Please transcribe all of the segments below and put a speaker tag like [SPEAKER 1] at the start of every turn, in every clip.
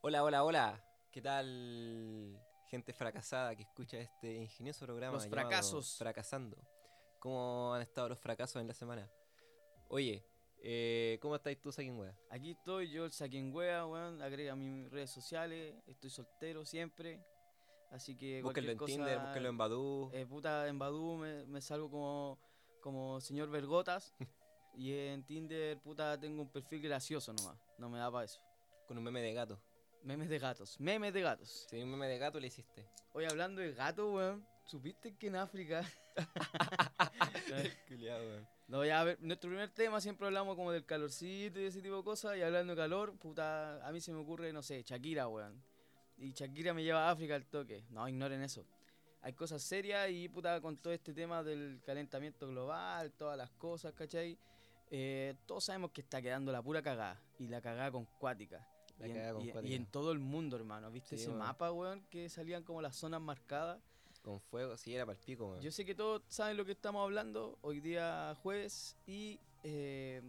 [SPEAKER 1] Hola, hola, hola. ¿Qué tal, gente fracasada que escucha este ingenioso programa?
[SPEAKER 2] Los
[SPEAKER 1] llamado
[SPEAKER 2] fracasos.
[SPEAKER 1] Fracasando. ¿Cómo han estado los fracasos en la semana? Oye, eh, ¿cómo estáis tú, Saquín Wea?
[SPEAKER 2] Aquí estoy, yo el saquen wea, weón. Agrega mis redes sociales. Estoy soltero siempre. Así que.
[SPEAKER 1] Búsquenlo
[SPEAKER 2] Eh,
[SPEAKER 1] en
[SPEAKER 2] cualquier cosa,
[SPEAKER 1] Tinder, búsquenlo en Badoo.
[SPEAKER 2] eh, puta, en Badoo me, me salgo como, como señor Vergotas. y en Tinder, puta, tengo un perfil gracioso nomás. No me da para eso.
[SPEAKER 1] Con un meme de gato.
[SPEAKER 2] Memes de gatos. Memes de gatos.
[SPEAKER 1] Si hay un meme de gato, le hiciste.
[SPEAKER 2] Hoy hablando de gatos, weón. ¿Supiste que en África.
[SPEAKER 1] Culeado, weón.
[SPEAKER 2] No, ya, a ver, nuestro primer tema siempre hablamos como del calorcito y ese tipo de cosas. Y hablando de calor, puta, a mí se me ocurre, no sé, Shakira, weón. Y Shakira me lleva a África al toque. No, ignoren eso. Hay cosas serias y, puta, con todo este tema del calentamiento global, todas las cosas, ¿cachai? Eh, todos sabemos que está quedando la pura cagada. Y la cagada con cuática.
[SPEAKER 1] La
[SPEAKER 2] y, en,
[SPEAKER 1] cagada con
[SPEAKER 2] y- y
[SPEAKER 1] cuática.
[SPEAKER 2] en todo el mundo, hermano. ¿Viste
[SPEAKER 1] Sí,
[SPEAKER 2] ese
[SPEAKER 1] weón.
[SPEAKER 2] mapa, weón? Que salían como las zonas marcadas.
[SPEAKER 1] Con fuego, sí, era para el pico, weón.
[SPEAKER 2] Yo sé que todos saben lo que estamos hablando hoy día jueves y eh,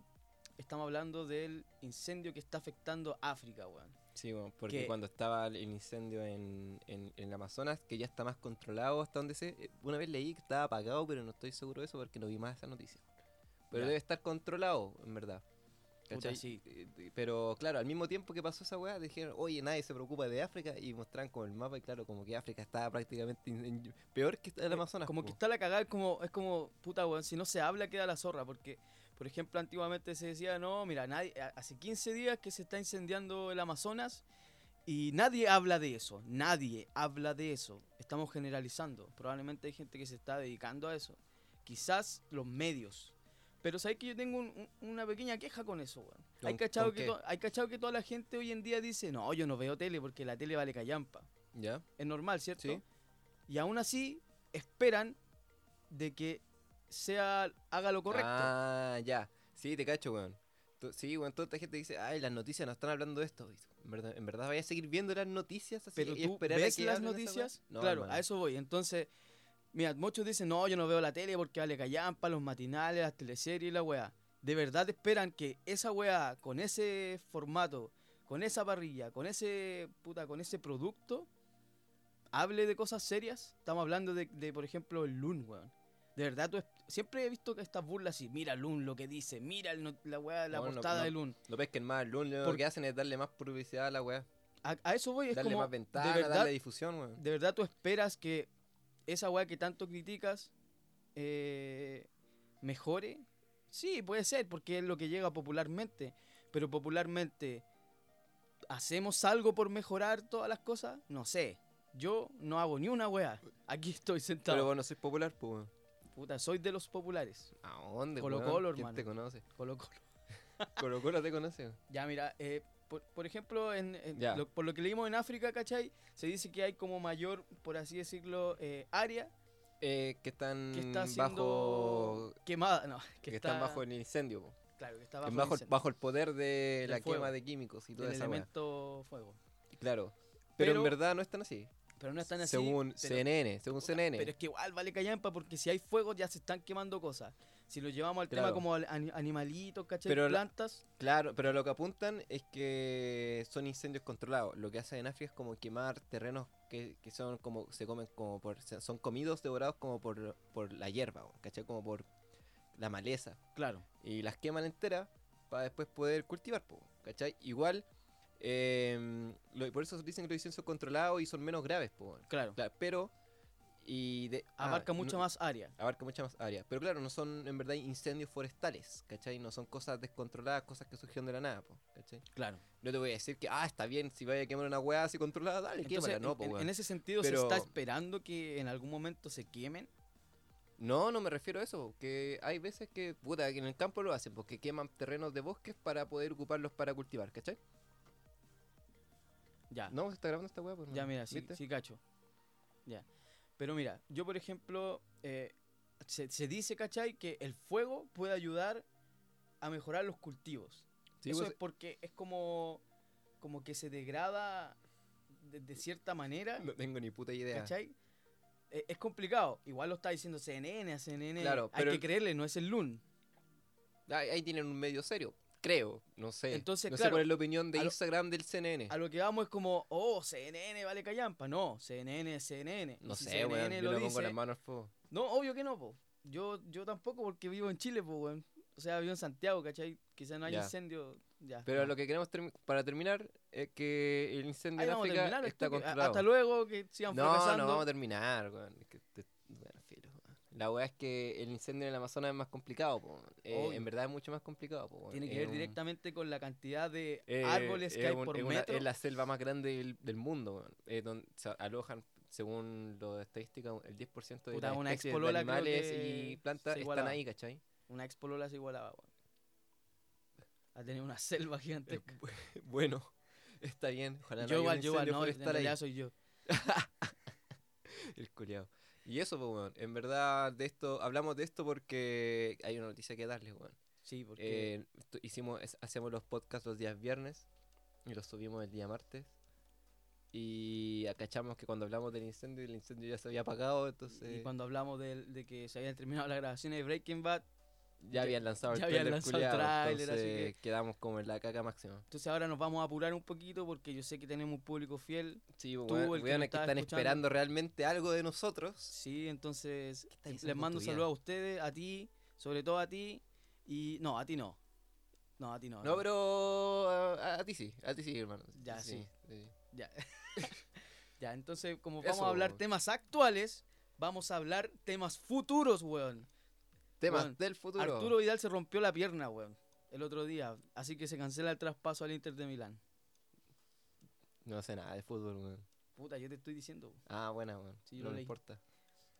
[SPEAKER 2] estamos hablando del incendio que está afectando a África, weón.
[SPEAKER 1] Sí, weón, porque
[SPEAKER 2] que-
[SPEAKER 1] cuando estaba el el incendio en, en, en el Amazonas, que ya está más controlado hasta donde sé, eh, una vez leí que estaba apagado, pero no estoy seguro de eso porque no vi más esa noticia. Pero
[SPEAKER 2] Ya.
[SPEAKER 1] debe estar controlado, en verdad.
[SPEAKER 2] Puta,
[SPEAKER 1] ¿Cachai?
[SPEAKER 2] sí.
[SPEAKER 1] Eh, eh, Pero claro, al mismo tiempo que pasó esa weá, dijeron, oye, nadie se preocupa de África y mostraron como el mapa y claro, como que África estaba prácticamente in- in- peor que el Amazonas.
[SPEAKER 2] Eh, Como que
[SPEAKER 1] po.
[SPEAKER 2] está la cagada, es como, es como, puta, weón, si no se habla queda la zorra, porque, por ejemplo, antiguamente se decía, no, mira, nadie, a- hace 15 días que se está incendiando el Amazonas y nadie habla de eso, nadie habla de eso, estamos generalizando, probablemente hay gente que se está dedicando a eso, quizás los medios, pero sabes que yo tengo un- un- una pequeña queja con eso, weón. Hay
[SPEAKER 1] ¿Con-
[SPEAKER 2] cachado,
[SPEAKER 1] con
[SPEAKER 2] que
[SPEAKER 1] qué?
[SPEAKER 2] to- hay cachado que toda la gente hoy en día dice, no, yo no veo tele porque la tele vale callampa.
[SPEAKER 1] ¿Ya?
[SPEAKER 2] Es normal, ¿cierto?
[SPEAKER 1] Sí.
[SPEAKER 2] Y aún así esperan de que sea haga lo correcto.
[SPEAKER 1] Ah, ya. Sí, te cacho, weón. Tú- Sí, weón, toda esta gente dice, ay, las noticias no están hablando de esto. En verdad, en verdad vaya a seguir viendo las noticias así
[SPEAKER 2] pero
[SPEAKER 1] y
[SPEAKER 2] tú
[SPEAKER 1] esperar a
[SPEAKER 2] ves
[SPEAKER 1] que
[SPEAKER 2] las
[SPEAKER 1] hablen de esa
[SPEAKER 2] noticias.
[SPEAKER 1] weá? No,
[SPEAKER 2] claro,
[SPEAKER 1] hermano.
[SPEAKER 2] a eso voy. Entonces, mira, muchos dicen, no, yo no veo la tele porque vale callampa, los matinales, las teleseries y la weá. ¿De verdad esperan que esa weá, con ese formato, con esa parrilla, con ese puta, con ese producto, hable de cosas serias? Estamos hablando de, de, por ejemplo, el Loon, weón. De verdad, tú es- siempre he visto que estas burlas así, mira Loon lo que dice, mira el no- la weá, la
[SPEAKER 1] No, no,
[SPEAKER 2] portada
[SPEAKER 1] no.
[SPEAKER 2] de Loon.
[SPEAKER 1] No pesquen más, lo único
[SPEAKER 2] Por-
[SPEAKER 1] que hacen es darle más publicidad a la weá.
[SPEAKER 2] A, a eso voy, es
[SPEAKER 1] Darle
[SPEAKER 2] como,
[SPEAKER 1] más ventana,
[SPEAKER 2] de verdad,
[SPEAKER 1] darle difusión, weón.
[SPEAKER 2] ¿De verdad tú esperas que esa weá que tanto criticas eh, mejore? Sí, puede ser, porque es lo que llega popularmente. Pero popularmente, ¿hacemos algo por mejorar todas las cosas? No sé. Yo no hago ni una weá. Aquí estoy sentado.
[SPEAKER 1] Pero vos no sois popular, pues, weón.
[SPEAKER 2] Puta, soy de los populares.
[SPEAKER 1] ¿A dónde,
[SPEAKER 2] Colo
[SPEAKER 1] weón?
[SPEAKER 2] Colo,
[SPEAKER 1] ¿Quién te conoce?
[SPEAKER 2] Colo Colo.
[SPEAKER 1] Colo Colo te conoce, weón.
[SPEAKER 2] Ya, mira, eh, por, por ejemplo, en, en
[SPEAKER 1] Ya.
[SPEAKER 2] lo- por lo que leímos en África, ¿cachai? Se dice que hay como mayor, por así decirlo, eh, área
[SPEAKER 1] Eh, que están
[SPEAKER 2] que está
[SPEAKER 1] bajo...
[SPEAKER 2] siendo quemada, no,
[SPEAKER 1] Que,
[SPEAKER 2] que,
[SPEAKER 1] están
[SPEAKER 2] está-
[SPEAKER 1] bajo el incendio, po.
[SPEAKER 2] claro, que está
[SPEAKER 1] bajo,
[SPEAKER 2] bajo,
[SPEAKER 1] bajo,
[SPEAKER 2] el,
[SPEAKER 1] el,
[SPEAKER 2] incendio,
[SPEAKER 1] poder de
[SPEAKER 2] Del
[SPEAKER 1] la
[SPEAKER 2] fuego.
[SPEAKER 1] quema de químicos y toda
[SPEAKER 2] del
[SPEAKER 1] esa weá.
[SPEAKER 2] elemento fuego.
[SPEAKER 1] Claro. Pero,
[SPEAKER 2] Pero-
[SPEAKER 1] en verdad no están así.
[SPEAKER 2] Pero no están así.
[SPEAKER 1] según
[SPEAKER 2] pero-
[SPEAKER 1] CNN, según
[SPEAKER 2] puta,
[SPEAKER 1] CNN.
[SPEAKER 2] Pero es que igual vale callampa porque si hay fuego ya se están quemando cosas. Si lo llevamos al tema
[SPEAKER 1] Claro.
[SPEAKER 2] como al- ani- animalitos, ¿cachai?
[SPEAKER 1] Pero la-
[SPEAKER 2] Plantas.
[SPEAKER 1] Claro, pero lo que apuntan es que son incendios controlados. Lo que hacen en África es como quemar terrenos que, que son como se comen como por se- son comidos devorados como por, por la hierba, weón, ¿cachai? Como por la maleza
[SPEAKER 2] Claro.
[SPEAKER 1] y las queman enteras para después poder cultivar, po, ¿cachai? Igual em, lo- por eso dicen que los incendios son controlados y son menos graves, po, weón.
[SPEAKER 2] Claro.
[SPEAKER 1] Claro, pero y de, ah,
[SPEAKER 2] Abarca
[SPEAKER 1] no-
[SPEAKER 2] mucho más área.
[SPEAKER 1] abarca mucha más área. Pero claro, no son en verdad incendios forestales, ¿cachai? No son cosas descontroladas, cosas que surgieron de la nada, po, ¿cachai?
[SPEAKER 2] Claro.
[SPEAKER 1] No te voy a decir que, ah, está bien, si vaya a quemar una weá así controlada, dale,
[SPEAKER 2] Entonces,
[SPEAKER 1] quémala, no,
[SPEAKER 2] en-
[SPEAKER 1] po,
[SPEAKER 2] en,
[SPEAKER 1] weón.
[SPEAKER 2] en ese sentido
[SPEAKER 1] Pero-
[SPEAKER 2] se está esperando que en algún momento se quemen.
[SPEAKER 1] No, no me refiero a eso, que hay veces que, puta, que en el campo lo hacen, porque queman terrenos de bosques para poder ocuparlos para cultivar, ¿cachai?
[SPEAKER 2] Ya.
[SPEAKER 1] No, se está grabando esta weá, pues,
[SPEAKER 2] Ah. Ya,
[SPEAKER 1] no,
[SPEAKER 2] mira, sí,
[SPEAKER 1] ¿viste?
[SPEAKER 2] sí cacho. Ya. Pero mira, yo por ejemplo, eh, se, se dice, ¿cachai? Que el fuego puede ayudar a mejorar los cultivos.
[SPEAKER 1] Sí,
[SPEAKER 2] Eso
[SPEAKER 1] pues,
[SPEAKER 2] es porque es como, como que se degrada de, de cierta manera,
[SPEAKER 1] No tengo ni puta idea.
[SPEAKER 2] ¿cachai? E- Es complicado, igual lo está diciendo CNN, a CNN.
[SPEAKER 1] Claro,
[SPEAKER 2] Hay
[SPEAKER 1] pero
[SPEAKER 2] que
[SPEAKER 1] el-
[SPEAKER 2] creerle, no es el LUN.
[SPEAKER 1] Ahí, ahí tienen un medio serio, Creo, no sé.
[SPEAKER 2] Entonces,
[SPEAKER 1] no sé
[SPEAKER 2] claro,
[SPEAKER 1] cuál es la opinión de
[SPEAKER 2] a lo-
[SPEAKER 1] Instagram del CNN.
[SPEAKER 2] A lo que vamos es como, oh, CNN vale callampa. No, CNN, CNN.
[SPEAKER 1] No
[SPEAKER 2] Si
[SPEAKER 1] sé,
[SPEAKER 2] CNN
[SPEAKER 1] weón. Yo
[SPEAKER 2] lo
[SPEAKER 1] le pongo
[SPEAKER 2] dice-
[SPEAKER 1] las manos al fuego.
[SPEAKER 2] No, obvio que no, po. Yo, yo tampoco porque vivo en Chile, po, weón. O sea, vivo en Santiago, ¿cachai? Quizás no hay
[SPEAKER 1] Ya.
[SPEAKER 2] incendio. Ya.
[SPEAKER 1] Pero
[SPEAKER 2] no.
[SPEAKER 1] lo que queremos termi- para terminar es que el incendio
[SPEAKER 2] Ahí
[SPEAKER 1] en
[SPEAKER 2] vamos a
[SPEAKER 1] África
[SPEAKER 2] terminar al
[SPEAKER 1] está
[SPEAKER 2] toque.
[SPEAKER 1] controlado.
[SPEAKER 2] Hasta luego, que sigan
[SPEAKER 1] no,
[SPEAKER 2] fracasando.
[SPEAKER 1] no vamos a terminar, weón. Es que te- bueno, filo, weón. La weá es que el incendio en el Amazonas es más complicado, po, weón. Eh,
[SPEAKER 2] Obvio.
[SPEAKER 1] en verdad es mucho más complicado, po, weón.
[SPEAKER 2] Tiene que
[SPEAKER 1] Es
[SPEAKER 2] ver
[SPEAKER 1] un-
[SPEAKER 2] directamente con la cantidad de
[SPEAKER 1] eh,
[SPEAKER 2] árboles que
[SPEAKER 1] es
[SPEAKER 2] hay
[SPEAKER 1] un-
[SPEAKER 2] por
[SPEAKER 1] es una-
[SPEAKER 2] metro.
[SPEAKER 1] es la selva más grande del, del mundo, weón. Es donde se alojan, según lo de estadística, el 10% de
[SPEAKER 2] Puta,
[SPEAKER 1] las
[SPEAKER 2] una
[SPEAKER 1] especies de
[SPEAKER 2] expolola creo
[SPEAKER 1] animales
[SPEAKER 2] que
[SPEAKER 1] y plantas
[SPEAKER 2] se
[SPEAKER 1] están
[SPEAKER 2] igualaba.
[SPEAKER 1] ahí, ¿cachai?
[SPEAKER 2] Una expolola se igualaba, weón. Ha tenido una selva
[SPEAKER 1] Eh,
[SPEAKER 2] gigantesca.
[SPEAKER 1] bu- bueno, está bien. Ojalá no
[SPEAKER 2] yo
[SPEAKER 1] haya
[SPEAKER 2] igual,
[SPEAKER 1] un
[SPEAKER 2] yo igual,
[SPEAKER 1] incendio
[SPEAKER 2] no, en
[SPEAKER 1] forestal ahí.
[SPEAKER 2] realidad soy yo.
[SPEAKER 1] El culiao. Y eso, pues, weón. En verdad, de esto, hablamos de esto porque hay una noticia que darles, weón.
[SPEAKER 2] Sí, porque
[SPEAKER 1] Eh, estu- hicimos, es- hacemos los podcasts los días viernes y los subimos el día martes. Y acachamos que cuando hablamos del incendio, el incendio ya se había apagado, entonces
[SPEAKER 2] y cuando hablamos del- de, que se habían terminado las grabaciones de Breaking Bad,
[SPEAKER 1] ya habían lanzado el
[SPEAKER 2] ya habían
[SPEAKER 1] trailer,
[SPEAKER 2] lanzado el
[SPEAKER 1] culiao,
[SPEAKER 2] tráiler, así
[SPEAKER 1] entonces quedamos como en la caca máxima.
[SPEAKER 2] entonces ahora nos vamos a apurar un poquito porque yo sé que tenemos un público fiel.
[SPEAKER 1] Sí, pues,
[SPEAKER 2] Tú,
[SPEAKER 1] weón,
[SPEAKER 2] el
[SPEAKER 1] weón, es
[SPEAKER 2] que nos
[SPEAKER 1] que
[SPEAKER 2] estás
[SPEAKER 1] están
[SPEAKER 2] escuchando.
[SPEAKER 1] esperando realmente algo de nosotros.
[SPEAKER 2] Sí, entonces
[SPEAKER 1] estás
[SPEAKER 2] te-
[SPEAKER 1] haciendo
[SPEAKER 2] les
[SPEAKER 1] con
[SPEAKER 2] mando
[SPEAKER 1] tu
[SPEAKER 2] un
[SPEAKER 1] vida?
[SPEAKER 2] saludo a ustedes, a ti, sobre todo a ti. Y no, a ti no. No, a ti no.
[SPEAKER 1] No, pero a, a ti sí, a ti sí, hermano.
[SPEAKER 2] Ya, sí.
[SPEAKER 1] sí.
[SPEAKER 2] Ya. ya, entonces, como
[SPEAKER 1] Eso,
[SPEAKER 2] vamos a hablar
[SPEAKER 1] weón.
[SPEAKER 2] temas actuales, vamos a hablar temas futuros, weón.
[SPEAKER 1] Temas
[SPEAKER 2] Weón,
[SPEAKER 1] del futuro.
[SPEAKER 2] Arturo Vidal se rompió la pierna, weón, el otro día. Así que se cancela el traspaso al Inter de Milán.
[SPEAKER 1] No sé nada de fútbol, weón.
[SPEAKER 2] Puta, yo te estoy diciendo. weón.
[SPEAKER 1] Ah, buena, weón.
[SPEAKER 2] Sí, yo
[SPEAKER 1] no
[SPEAKER 2] lo
[SPEAKER 1] me
[SPEAKER 2] leí.
[SPEAKER 1] importa.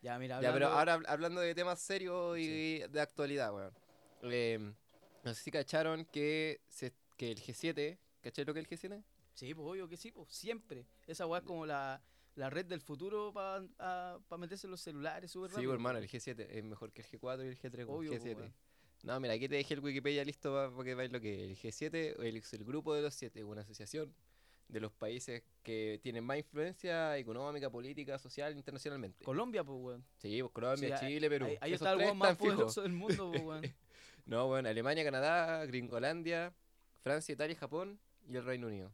[SPEAKER 2] Ya, mira,
[SPEAKER 1] Ya, pero
[SPEAKER 2] hablando-
[SPEAKER 1] ahora hab- hablando de temas serios y de actualidad, weón. Eh, no sé si cacharon que, se, que el G7, ¿caché lo que es el G7?
[SPEAKER 2] Sí, pues obvio que sí, pues siempre. Esa weá es como la, la red del futuro para meterse en los celulares súper
[SPEAKER 1] Sí,
[SPEAKER 2] rápido.
[SPEAKER 1] pues, hermano, el G7 es mejor que el G4 y el G3. weón,
[SPEAKER 2] Obvio, pues,
[SPEAKER 1] G7.
[SPEAKER 2] weón.
[SPEAKER 1] No, mira, aquí te dejé el Wikipedia listo para que veáis lo que es. El G7 el- es el grupo de los siete, una asociación de los países que tienen más influencia económica, política, social, internacionalmente.
[SPEAKER 2] Colombia, pues, weón.
[SPEAKER 1] sí, pues Colombia,
[SPEAKER 2] Sí, ahí-
[SPEAKER 1] Chile, Perú.
[SPEAKER 2] ahí ahí
[SPEAKER 1] Esos
[SPEAKER 2] está el
[SPEAKER 1] tres
[SPEAKER 2] weón más
[SPEAKER 1] están fijos.
[SPEAKER 2] poderoso del mundo, pues, weón.
[SPEAKER 1] No, bueno, Alemania, Canadá, Gringolandia, Francia, Italia, Japón y el Reino Unido.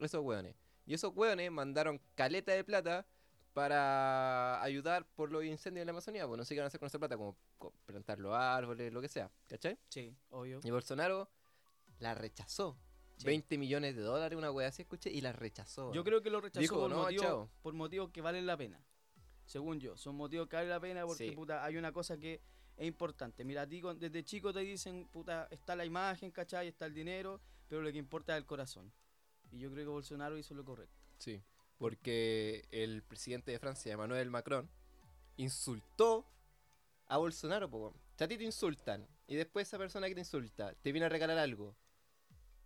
[SPEAKER 1] Esos hueones. Y esos hueones mandaron caleta de plata para ayudar por los incendios de la Amazonía. Pues no sé qué van a hacer con esa plata, como co- plantar los árboles, lo que sea. ¿Cachai?
[SPEAKER 2] Sí, obvio.
[SPEAKER 1] Y Bolsonaro la rechazó.
[SPEAKER 2] Sí.
[SPEAKER 1] 20 millones de dólares, una hueá así, escuché, y la rechazó.
[SPEAKER 2] Yo creo que lo rechazó
[SPEAKER 1] Dijo,
[SPEAKER 2] por,
[SPEAKER 1] "No,
[SPEAKER 2] motivo-
[SPEAKER 1] chao".
[SPEAKER 2] por motivos que valen la pena. Según yo, son motivos que valen la pena porque
[SPEAKER 1] Sí.
[SPEAKER 2] puta, hay una cosa que es importante. Mira, a ti con- desde chico te dicen, puta, está la imagen, ¿cachai? Está el dinero, pero lo que importa es el corazón. Y yo creo que Bolsonaro hizo lo correcto.
[SPEAKER 1] Sí, porque el presidente de Francia, Emmanuel Macron, insultó a Bolsonaro, po. weón. O sea, A ti te insultan y después esa persona que te insulta te viene a regalar algo.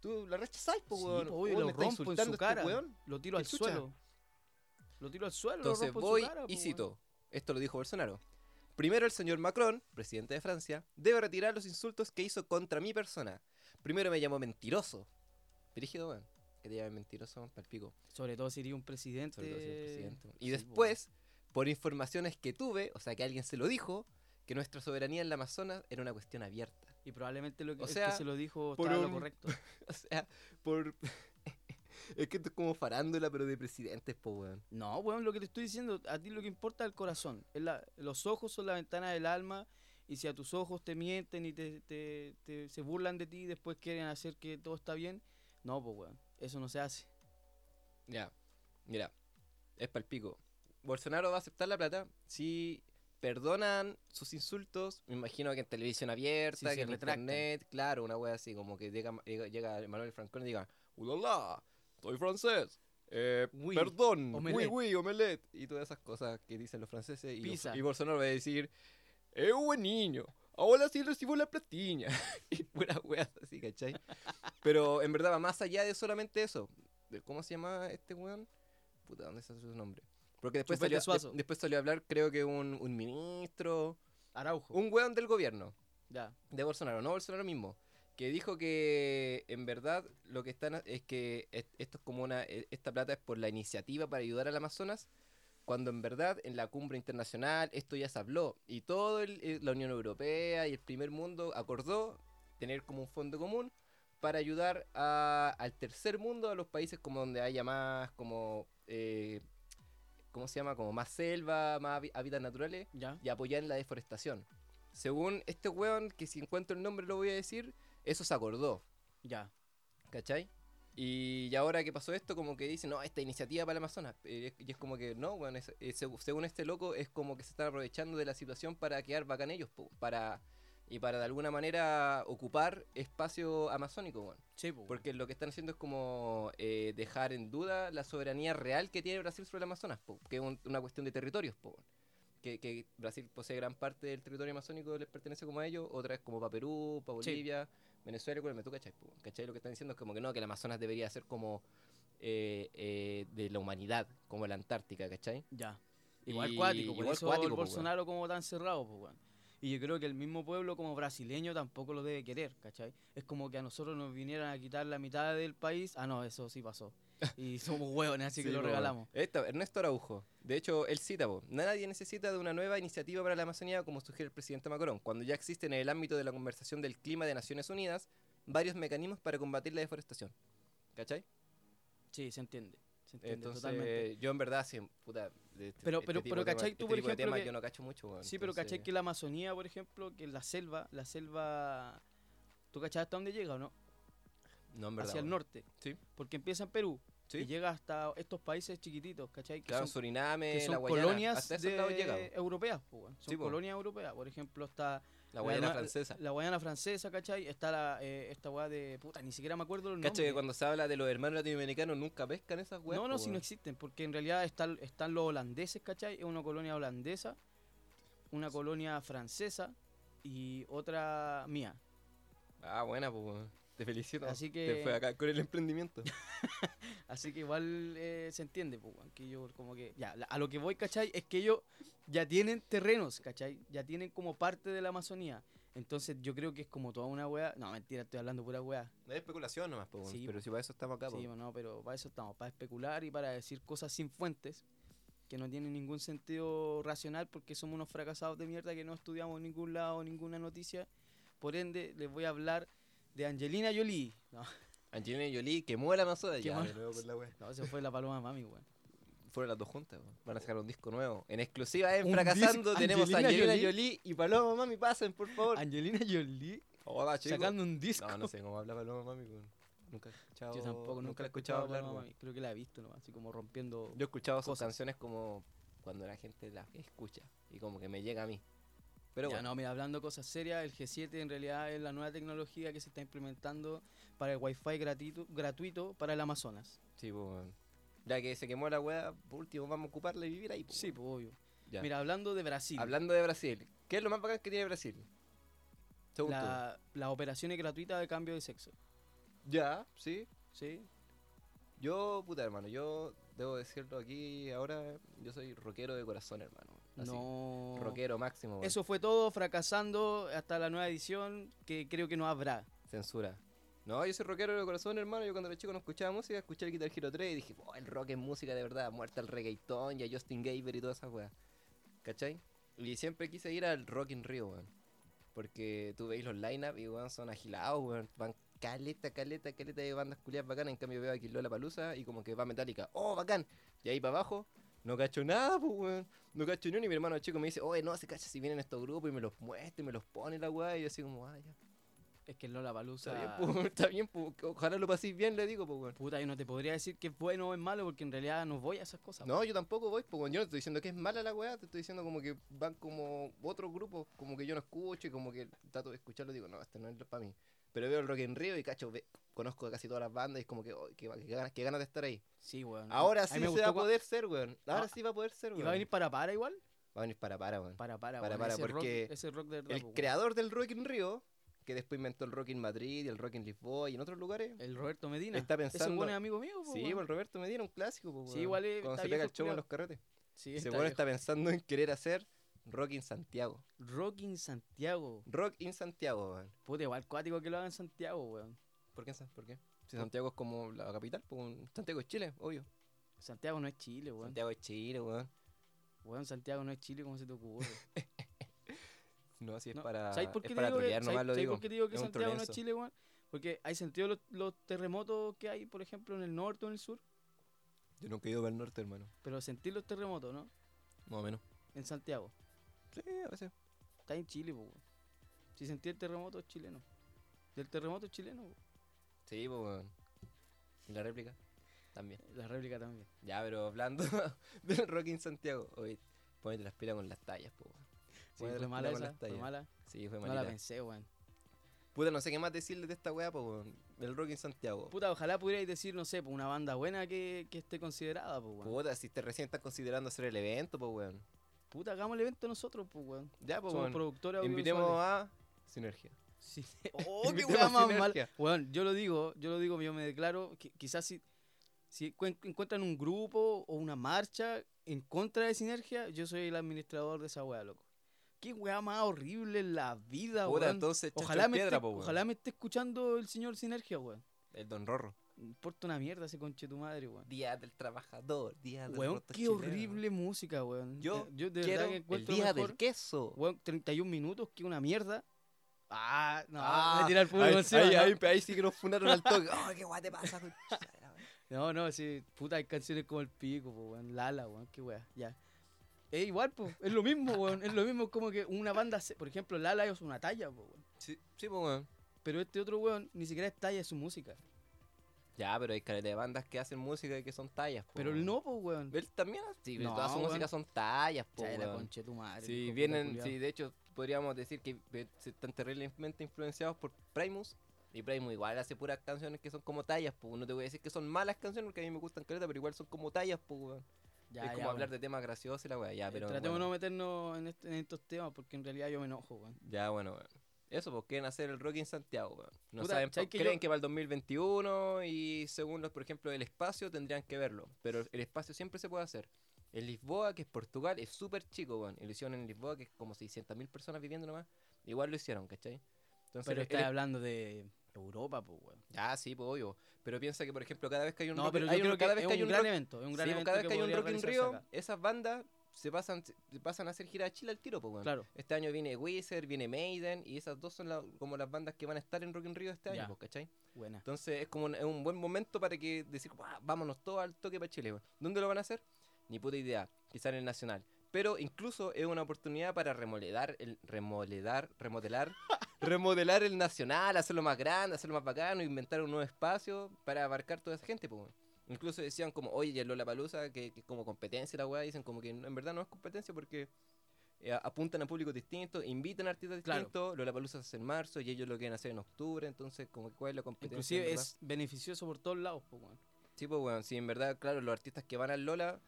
[SPEAKER 1] Tú la rechazás, po,
[SPEAKER 2] Sí,
[SPEAKER 1] weón.
[SPEAKER 2] po, obvio,
[SPEAKER 1] Weón,
[SPEAKER 2] lo
[SPEAKER 1] me está
[SPEAKER 2] rompo en
[SPEAKER 1] insultando
[SPEAKER 2] su
[SPEAKER 1] este
[SPEAKER 2] cara.
[SPEAKER 1] weón.
[SPEAKER 2] Lo tiro al
[SPEAKER 1] Escucha.
[SPEAKER 2] suelo. Lo tiro al suelo,
[SPEAKER 1] Entonces
[SPEAKER 2] lo rompo
[SPEAKER 1] voy
[SPEAKER 2] en su cara,
[SPEAKER 1] y
[SPEAKER 2] po,
[SPEAKER 1] cito. Esto lo dijo Bolsonaro. Primero, el señor Macron, presidente de Francia, debe retirar los insultos que hizo contra mi persona. Primero me llamó mentiroso. Brígido, weón. Que te llamen mentiroso, palpico.
[SPEAKER 2] weón. Sobre todo sería un presidente.
[SPEAKER 1] Sobre todo si es presidente, weón. Y
[SPEAKER 2] Este, Sí, po,
[SPEAKER 1] después, por informaciones que tuve, o sea, que alguien se lo dijo, que nuestra soberanía en la Amazonas era una cuestión abierta.
[SPEAKER 2] Y probablemente lo que,
[SPEAKER 1] O
[SPEAKER 2] el que
[SPEAKER 1] sea,
[SPEAKER 2] se lo dijo
[SPEAKER 1] por
[SPEAKER 2] estaba en lo
[SPEAKER 1] un-
[SPEAKER 2] correcto.
[SPEAKER 1] O sea, por... es que esto es como farándula, pero de presidentes, po, weón.
[SPEAKER 2] No, weón, lo que te estoy diciendo, a ti lo que importa es el corazón. Es la- los ojos son la ventana del alma y si a tus ojos te mienten y te, te- te- se burlan de ti y después quieren hacer que todo está bien, no, pues weón, eso no se hace.
[SPEAKER 1] Ya, mira, es palpico. Bolsonaro va a aceptar la plata si perdonan sus insultos. Me imagino que en televisión
[SPEAKER 2] Si
[SPEAKER 1] abierta,
[SPEAKER 2] se
[SPEAKER 1] que en
[SPEAKER 2] retractan.
[SPEAKER 1] internet, claro, una wea así, como que llega, llega, llega Manuel Francón y diga: ¡Ulala! Soy francés. Eh,
[SPEAKER 2] Oui,
[SPEAKER 1] perdón, oui,
[SPEAKER 2] omelette".
[SPEAKER 1] oui, omelette. Y todas esas cosas que dicen los franceses. Y,
[SPEAKER 2] Pizza.
[SPEAKER 1] y Bolsonaro va a decir: ¡Eh, buen niño! Ahora sí recibo la platiña. y puras weas así, ¿cachai? Pero en verdad va más allá de solamente eso. De- ¿Cómo se llama este weón? Puta, ¿dónde está su nombre? Porque después
[SPEAKER 2] Chupete
[SPEAKER 1] salió, de-
[SPEAKER 2] Suazo.
[SPEAKER 1] después salió a hablar, creo que un, un ministro,
[SPEAKER 2] Araujo.
[SPEAKER 1] un weón del gobierno
[SPEAKER 2] Ya,
[SPEAKER 1] de Bolsonaro, no Bolsonaro mismo, que dijo que en verdad lo que están ha- es que es- esto es como una e- esta plata es por la iniciativa para ayudar al Amazonas, cuando en verdad en la cumbre internacional esto ya se habló y eh, toda la Unión Europea y el primer mundo acordó tener como un fondo común para ayudar a- al tercer mundo, a los países como donde haya más, como, eh, ¿cómo se llama? Como más selva, más hábi- hábitats naturales
[SPEAKER 2] ¿Ya?
[SPEAKER 1] y apoyar la deforestación. Según este weón, que si encuentro el nombre lo voy a decir, eso se acordó,
[SPEAKER 2] Ya.
[SPEAKER 1] ¿cachai? Y, y ahora que pasó esto, como que dicen, no, esta iniciativa para el Amazonas. eh, y es como que, no, weón, es- eh, seg- según este loco, es como que se están aprovechando de la situación para quedar bacán ellos, po, para, y para de alguna manera ocupar espacio amazónico, weón.
[SPEAKER 2] Sí, po,
[SPEAKER 1] Porque lo que están haciendo es como eh, dejar en duda la soberanía real que tiene Brasil sobre el Amazonas, po, que es un- una cuestión de territorios, po, weón. que, que Brasil posee gran parte del territorio amazónico, les pertenece como a ellos, otra es como para Perú, para
[SPEAKER 2] Sí.
[SPEAKER 1] Bolivia, Venezuela, Colombia, tú cachai, po, weón? ¿Cachai? Lo que están diciendo es como que no, que el Amazonas debería ser como eh, eh, de la humanidad, como la Antártica, ¿cachai?
[SPEAKER 2] Ya. Igual
[SPEAKER 1] Y-
[SPEAKER 2] cuático, por
[SPEAKER 1] igual
[SPEAKER 2] eso
[SPEAKER 1] cuático,
[SPEAKER 2] el
[SPEAKER 1] po, weón.
[SPEAKER 2] Bolsonaro como tan cerrado, po, weón. Y yo creo que el mismo pueblo como brasileño tampoco lo debe querer, ¿cachai? Es como que a nosotros nos vinieran a quitar la mitad del país. Ah, no, eso sí pasó. Y somos hueones, así que
[SPEAKER 1] Sí,
[SPEAKER 2] lo
[SPEAKER 1] po, weón.
[SPEAKER 2] regalamos.
[SPEAKER 1] Esta, Ernesto Araujo. De hecho, él cita, po, nadie necesita de una nueva iniciativa para la Amazonía como sugiere el presidente Macron, cuando ya existen en el ámbito de la conversación del clima de Naciones Unidas varios mecanismos para combatir la deforestación. ¿Cachai?
[SPEAKER 2] Sí, se entiende. Se entiende
[SPEAKER 1] Entonces,
[SPEAKER 2] totalmente.
[SPEAKER 1] yo en verdad, sí, puta, de este-
[SPEAKER 2] Pero-
[SPEAKER 1] este
[SPEAKER 2] pero-
[SPEAKER 1] tipo de
[SPEAKER 2] pero
[SPEAKER 1] tema-
[SPEAKER 2] ¿cachai tú,
[SPEAKER 1] tipo
[SPEAKER 2] por
[SPEAKER 1] de
[SPEAKER 2] ejemplo,
[SPEAKER 1] tema
[SPEAKER 2] que-
[SPEAKER 1] yo no cacho mucho, weón,
[SPEAKER 2] Sí, pero
[SPEAKER 1] entonces-
[SPEAKER 2] ¿cachai que la Amazonía, por ejemplo, que la selva, la selva... ¿Tú cachai hasta dónde llega o no?
[SPEAKER 1] No, en verdad.
[SPEAKER 2] Hacia el
[SPEAKER 1] weón.
[SPEAKER 2] norte.
[SPEAKER 1] Sí.
[SPEAKER 2] Porque empieza en Perú y
[SPEAKER 1] Sí,
[SPEAKER 2] llega hasta estos países chiquititos, ¿cachai? Que
[SPEAKER 1] claro,
[SPEAKER 2] son
[SPEAKER 1] Suriname,
[SPEAKER 2] que son
[SPEAKER 1] la Guayana.
[SPEAKER 2] colonias
[SPEAKER 1] hasta esos lados
[SPEAKER 2] de-
[SPEAKER 1] llega, weón.
[SPEAKER 2] europeas, po, weón. son
[SPEAKER 1] Sí, po.
[SPEAKER 2] colonias europeas. Por ejemplo, está
[SPEAKER 1] La Guayana
[SPEAKER 2] nue-
[SPEAKER 1] francesa.
[SPEAKER 2] la Guayana francesa, ¿cachai? Está la, eh, esta weá de puta, ni siquiera me acuerdo los
[SPEAKER 1] ¿Cachai que
[SPEAKER 2] nombres.
[SPEAKER 1] cuando se habla de los hermanos latinoamericanos nunca pescan esas weas?
[SPEAKER 2] no,
[SPEAKER 1] po,
[SPEAKER 2] no, si no
[SPEAKER 1] weón?
[SPEAKER 2] existen, porque en realidad están, están los holandeses, ¿cachai? Es una colonia holandesa, una colonia francesa y otra mía.
[SPEAKER 1] Ah, buena, pues. weón. Te felicito.
[SPEAKER 2] Así
[SPEAKER 1] Te fue
[SPEAKER 2] que,
[SPEAKER 1] acá con el emprendimiento.
[SPEAKER 2] así que igual eh, se entiende, po, weón, que yo como que, ya, la- a lo que voy, ¿cachai? Es que ellos ya tienen terrenos, ¿cachai? Ya tienen como parte de la Amazonía. Entonces yo creo que es como toda una weá. No, mentira, estoy hablando pura weá.
[SPEAKER 1] No es especulación nomás, po, weón,
[SPEAKER 2] Sí,
[SPEAKER 1] pero si para eso estamos acá, po.
[SPEAKER 2] Sí, no, pero para eso estamos, para especular y para decir cosas sin fuentes que no tienen ningún sentido racional porque somos unos fracasados de mierda que no estudiamos en ningún lado, ninguna noticia. Por ende, les voy a hablar de Angelina Jolie. No,
[SPEAKER 1] Angelina Jolie quemó el Amazonas.
[SPEAKER 2] Quemó
[SPEAKER 1] Ya, de
[SPEAKER 2] el
[SPEAKER 1] nuevo con la wea.
[SPEAKER 2] no, se fue la paloma mami, weón.
[SPEAKER 1] Fueron las dos juntas, weón. van a sacar un disco nuevo. En exclusiva en
[SPEAKER 2] Un
[SPEAKER 1] Fracasando
[SPEAKER 2] disco-
[SPEAKER 1] tenemos a
[SPEAKER 2] Angelina
[SPEAKER 1] Angelina
[SPEAKER 2] Jolie.
[SPEAKER 1] Jolie. y Paloma Mami, pasen, por favor.
[SPEAKER 2] Angelina Jolie
[SPEAKER 1] Hola, chicos.
[SPEAKER 2] sacando un disco.
[SPEAKER 1] Ah, No, no sé cómo habla Paloma Mami, weón. Nunca he escuchado.
[SPEAKER 2] Yo tampoco, nunca,
[SPEAKER 1] he escuchado hablar,
[SPEAKER 2] Paloma
[SPEAKER 1] weón.
[SPEAKER 2] Mami. Creo que la he visto nomás, así como rompiendo.
[SPEAKER 1] Yo he escuchado sus
[SPEAKER 2] Cosas.
[SPEAKER 1] canciones como cuando la gente las escucha y como que me llega a mí. Pero
[SPEAKER 2] Ya,
[SPEAKER 1] bueno,
[SPEAKER 2] no, mira, hablando cosas serias, el G7 en realidad es la nueva tecnología que se está implementando para el wifi gratuito, gratuito para el Amazonas.
[SPEAKER 1] sí, po, weón. Ya que se quemó la wea, por último vamos a ocuparla y vivir ahí. po,
[SPEAKER 2] Sí, pues obvio.
[SPEAKER 1] weón. Ya.
[SPEAKER 2] Mira, hablando de Brasil,
[SPEAKER 1] Hablando de Brasil, ¿qué es lo más bacán que tiene Brasil? Según
[SPEAKER 2] la- las operaciones gratuitas de cambio de sexo.
[SPEAKER 1] tú. Ya, sí.
[SPEAKER 2] ¿Sí?
[SPEAKER 1] Yo, puta hermano, yo debo decirlo aquí ahora, yo soy rockero de corazón, hermano. Así,
[SPEAKER 2] no.
[SPEAKER 1] Rockero máximo. weón.
[SPEAKER 2] Eso fue todo, fracasando hasta la nueva edición, que creo que no habrá.
[SPEAKER 1] Censura. No, yo soy rockero de corazón, hermano. Yo cuando era chico no escuchaba música, escuché el Guitar Hero 3 y dije, oh, el rock es música de verdad, muerta el reggaetón y a Justin Gaber y todas esas weas. ¿Cachai? Y siempre quise ir al Rock in Rio, weón. Porque tú veis los lineup y weón son agilados, weón. Van caleta, caleta, caleta de bandas culiadas bacanas. En cambio veo aquí Lola Palusa y como que va Metallica, oh, bacán. Y ahí para abajo, no cacho nada, pues, weón. No cacho ni uno. Y mi hermano chico me dice, oye, no, se cacha si vienen estos grupos y me los muestra y me los pone la wea. Y yo así como, ah, ya.
[SPEAKER 2] Es que Lola
[SPEAKER 1] Está
[SPEAKER 2] Palusa.
[SPEAKER 1] bien, pues, está bien, pues, que ojalá lo paséis bien, le digo, pues, weón.
[SPEAKER 2] Puta, yo no te podría decir que es bueno o es malo, porque en realidad no voy a esas cosas.
[SPEAKER 1] No, yo tampoco voy, pues, weón. Yo no te estoy diciendo que es mala la weá, te estoy diciendo como que van como otros grupos, como que yo no escucho y como que trato de escucharlo y digo, no, este no es para mí. Pero veo el Rock en Río y cacho, ve- conozco casi todas las bandas y es como que, oh, qué, va- qué ganas, qué ganas de estar ahí.
[SPEAKER 2] Sí, weón.
[SPEAKER 1] Ahora
[SPEAKER 2] Mm. A
[SPEAKER 1] sí
[SPEAKER 2] mí me
[SPEAKER 1] se
[SPEAKER 2] gustó
[SPEAKER 1] va a
[SPEAKER 2] cua-
[SPEAKER 1] poder ser, weón. Ahora
[SPEAKER 2] Ah,
[SPEAKER 1] sí va a poder ser,
[SPEAKER 2] ¿Y
[SPEAKER 1] weón.
[SPEAKER 2] va a venir para para igual?
[SPEAKER 1] Va a venir para para, weón.
[SPEAKER 2] Para para,
[SPEAKER 1] Para
[SPEAKER 2] weón,
[SPEAKER 1] para,
[SPEAKER 2] ese rock-
[SPEAKER 1] porque
[SPEAKER 2] ese rock de verdad,
[SPEAKER 1] El
[SPEAKER 2] pues, weón.
[SPEAKER 1] creador del Rock en Río, que después inventó el Rock en Madrid y el Rock en Lisboa y en otros lugares,
[SPEAKER 2] El Roberto Medina.
[SPEAKER 1] está
[SPEAKER 2] Ese
[SPEAKER 1] pensando...
[SPEAKER 2] weón es amigo mío, po,
[SPEAKER 1] Sí,
[SPEAKER 2] weón.
[SPEAKER 1] pues el Roberto Medina, un clásico, pues,
[SPEAKER 2] Sí,
[SPEAKER 1] weón.
[SPEAKER 2] igual es-
[SPEAKER 1] Cuando
[SPEAKER 2] está
[SPEAKER 1] se pega el
[SPEAKER 2] viejo el
[SPEAKER 1] show en
[SPEAKER 2] culiao.
[SPEAKER 1] los carretes.
[SPEAKER 2] Sí,
[SPEAKER 1] Ese
[SPEAKER 2] está
[SPEAKER 1] weón
[SPEAKER 2] viejo.
[SPEAKER 1] está pensando en querer hacer rock en Santiago.
[SPEAKER 2] Rock in Santiago.
[SPEAKER 1] Rock in Santiago, weón.
[SPEAKER 2] Puta, igual cuático que lo haga en Santiago, weón.
[SPEAKER 1] ¿Por qué? San- ¿Por qué? Si Santiago es como la capital, pues, weón. Santiago es Chile, obvio.
[SPEAKER 2] Santiago no es Chile, weón.
[SPEAKER 1] Santiago es Chile, weón.
[SPEAKER 2] Weón, Santiago no es Chile, ¿cómo se te ocurre?
[SPEAKER 1] No, si es
[SPEAKER 2] No,
[SPEAKER 1] para.
[SPEAKER 2] ¿Sabes por qué
[SPEAKER 1] es
[SPEAKER 2] te
[SPEAKER 1] para
[SPEAKER 2] digo que,
[SPEAKER 1] trolear nomás
[SPEAKER 2] ¿sabes-
[SPEAKER 1] lo
[SPEAKER 2] sabes
[SPEAKER 1] digo.
[SPEAKER 2] por qué te digo que
[SPEAKER 1] Es un
[SPEAKER 2] Santiago no es
[SPEAKER 1] trolenzo.
[SPEAKER 2] Chile, weón? Porque hay sentido los, los terremotos que hay, por ejemplo, en el norte o en el sur.
[SPEAKER 1] Yo nunca he ido para el norte, hermano.
[SPEAKER 2] Pero sentir los terremotos, ¿no?
[SPEAKER 1] Más o menos.
[SPEAKER 2] En Santiago.
[SPEAKER 1] Sí, a veces.
[SPEAKER 2] Está en Chile, po, weón. Si sentí el terremoto es chileno. Del terremoto es chileno, po.
[SPEAKER 1] Sí, pues, weón. ¿Y la réplica? También.
[SPEAKER 2] La réplica también.
[SPEAKER 1] Ya, pero hablando del Rock in Santiago. Oye, ponete las pilas con las tallas, pues, weón.
[SPEAKER 2] Sí,
[SPEAKER 1] Ponete
[SPEAKER 2] fue
[SPEAKER 1] las
[SPEAKER 2] mala
[SPEAKER 1] pilas con
[SPEAKER 2] esa,
[SPEAKER 1] las
[SPEAKER 2] fue
[SPEAKER 1] tallas.
[SPEAKER 2] mala.
[SPEAKER 1] Sí, fue
[SPEAKER 2] No la
[SPEAKER 1] malita.
[SPEAKER 2] pensé, weón.
[SPEAKER 1] Puta, no sé qué más decirles de esta weá, pues, weón. El Rock in Santiago.
[SPEAKER 2] Puta, ojalá pudierais decir, no sé, po, una banda buena que, que esté considerada, pues, weón.
[SPEAKER 1] Puta, si te recién estás considerando hacer el evento, pues, weón.
[SPEAKER 2] Puta, hagamos el evento nosotros, pues, weón.
[SPEAKER 1] Ya, pues,
[SPEAKER 2] Somos
[SPEAKER 1] weón.
[SPEAKER 2] productores
[SPEAKER 1] Invitemos
[SPEAKER 2] audiovisuales.
[SPEAKER 1] a Sinergia.
[SPEAKER 2] Sí. Oh, qué
[SPEAKER 1] Invitemos
[SPEAKER 2] weá
[SPEAKER 1] a
[SPEAKER 2] más
[SPEAKER 1] Sinergia.
[SPEAKER 2] mal. Weón, yo lo digo, yo lo digo, yo me declaro, que, quizás si, si cuen- encuentran un grupo o una marcha en contra de Sinergia, yo soy el administrador de esa weá, loco. Qué weá más horrible en la
[SPEAKER 1] Puta,
[SPEAKER 2] vida, Ah, weón.
[SPEAKER 1] entonces, chacho
[SPEAKER 2] Ojalá
[SPEAKER 1] en
[SPEAKER 2] me,
[SPEAKER 1] piedra,
[SPEAKER 2] esté,
[SPEAKER 1] po, weón.
[SPEAKER 2] ojalá me esté escuchando el señor Sinergia, weón.
[SPEAKER 1] El Don Rorro.
[SPEAKER 2] Me Importa una mierda ese conche tu madre, weón.
[SPEAKER 1] Día del Trabajador, Día del
[SPEAKER 2] Weón,
[SPEAKER 1] Roto
[SPEAKER 2] qué
[SPEAKER 1] Chileno.
[SPEAKER 2] horrible música, weón.
[SPEAKER 1] Yo
[SPEAKER 2] Eh, yo de
[SPEAKER 1] Quiero
[SPEAKER 2] verdad que
[SPEAKER 1] el
[SPEAKER 2] encuentro
[SPEAKER 1] Día
[SPEAKER 2] mejor,
[SPEAKER 1] del Queso.
[SPEAKER 2] weón, 31 minutos, que una mierda. Ah, no,
[SPEAKER 1] Ah,
[SPEAKER 2] me tira el
[SPEAKER 1] ahí,
[SPEAKER 2] público encima,
[SPEAKER 1] ahí-
[SPEAKER 2] ¿no?
[SPEAKER 1] ahí- ahí sí que nos funaron al toque. Oh, qué guay te pasa, concha de la madre.
[SPEAKER 2] No, no, sí, puta, hay canciones como El Pico, po, weón, Lala, weón, qué weá, ya. Es igual, po, es lo mismo, weón, es lo mismo como que una banda, se- por ejemplo, Lala es una talla, po, weón.
[SPEAKER 1] Sí, sí, pues, weón.
[SPEAKER 2] Pero este otro weón ni siquiera es talla, es su música.
[SPEAKER 1] Ya, pero hay caleta de bandas que hacen música y que son tallas, po,
[SPEAKER 2] Pero él
[SPEAKER 1] weón.
[SPEAKER 2] no, po, weón.
[SPEAKER 1] Él también, sí, pero
[SPEAKER 2] No,
[SPEAKER 1] toda su
[SPEAKER 2] weón.
[SPEAKER 1] música son tallas, po,
[SPEAKER 2] Ya, la
[SPEAKER 1] weón.
[SPEAKER 2] concha de tu madre.
[SPEAKER 1] Sí,
[SPEAKER 2] hijo,
[SPEAKER 1] vienen,
[SPEAKER 2] puta
[SPEAKER 1] sí,
[SPEAKER 2] culiao.
[SPEAKER 1] de hecho podríamos decir que ve- se están terriblemente influenciados por Primus. Y Primus igual hace puras canciones que son como tallas, pues no te voy a decir que son malas canciones porque a mí me gustan caleta, pero igual son como tallas, pues weón.
[SPEAKER 2] Ya,
[SPEAKER 1] es
[SPEAKER 2] ya,
[SPEAKER 1] como hablar de
[SPEAKER 2] weón.
[SPEAKER 1] temas graciosos y la weá, ya,
[SPEAKER 2] Eh,
[SPEAKER 1] pero.
[SPEAKER 2] Tratemos
[SPEAKER 1] bueno,
[SPEAKER 2] de no meternos en, este- en estos temas porque en realidad yo me enojo, weón.
[SPEAKER 1] Ya, bueno, weón. Eso, pues quieren hacer el rock en Santiago, weón. No
[SPEAKER 2] Puta,
[SPEAKER 1] saben,
[SPEAKER 2] ¿sabes
[SPEAKER 1] pa-
[SPEAKER 2] que
[SPEAKER 1] creen
[SPEAKER 2] yo-
[SPEAKER 1] que para el 2021 y según los, por ejemplo, el espacio tendrían que verlo. Pero el espacio siempre se puede hacer. En Lisboa, que es Portugal, es súper chico, weón. Y lo hicieron en Lisboa, que es como 600.000 personas viviendo nomás. Igual lo hicieron, ¿cachai? Entonces,
[SPEAKER 2] Pero
[SPEAKER 1] el-
[SPEAKER 2] estás
[SPEAKER 1] el-
[SPEAKER 2] hablando de Europa, po, weón.
[SPEAKER 1] Ya, sí, pues obvio. Pero piensa que, por ejemplo, cada vez que hay un
[SPEAKER 2] No,
[SPEAKER 1] rock-
[SPEAKER 2] pero
[SPEAKER 1] hay
[SPEAKER 2] yo
[SPEAKER 1] un-
[SPEAKER 2] creo
[SPEAKER 1] cada
[SPEAKER 2] que
[SPEAKER 1] vez
[SPEAKER 2] es
[SPEAKER 1] que hay
[SPEAKER 2] un
[SPEAKER 1] un
[SPEAKER 2] gran
[SPEAKER 1] rock-
[SPEAKER 2] evento, es un gran
[SPEAKER 1] sí, pues,
[SPEAKER 2] evento
[SPEAKER 1] cada vez que hay un
[SPEAKER 2] podría
[SPEAKER 1] Rock in
[SPEAKER 2] realizarse
[SPEAKER 1] Rio,
[SPEAKER 2] acá.
[SPEAKER 1] esas bandas se pasan, se pasan a hacer gira a Chile al tiro, pues, weón.
[SPEAKER 2] Claro.
[SPEAKER 1] Este año viene Wizard, viene Maiden, y esas dos son la- como las bandas que van a estar en Rock in Rio este año,
[SPEAKER 2] Ya.
[SPEAKER 1] pues, ¿cachai?
[SPEAKER 2] Buena.
[SPEAKER 1] Entonces es como un, es un buen momento para que decir, "Buah, vámonos todos al toque para Chile, weón". ¿Dónde lo van a hacer? Ni puta idea, quizá en el Nacional. Pero incluso es una oportunidad para remodelar, el, remodelar, remodelar, remodelar el Nacional, hacerlo más grande, hacerlo más bacano, inventar un nuevo espacio para abarcar toda esa gente, pues, weón. Incluso decían como, oye, y el Lollapalooza, que, que es como competencia la weá, dicen como que en verdad no es competencia porque eh, apuntan a públicos distintos, invitan a artistas
[SPEAKER 2] Claro.
[SPEAKER 1] distintos, Lollapalooza se hace en marzo y ellos lo quieren hacer en octubre, entonces como que cuál es la competencia. en
[SPEAKER 2] Inclusive
[SPEAKER 1] verdad?
[SPEAKER 2] es beneficioso por todos lados, po, weón.
[SPEAKER 1] Sí, pues bueno, sí, en verdad, claro, los artistas que van al Lola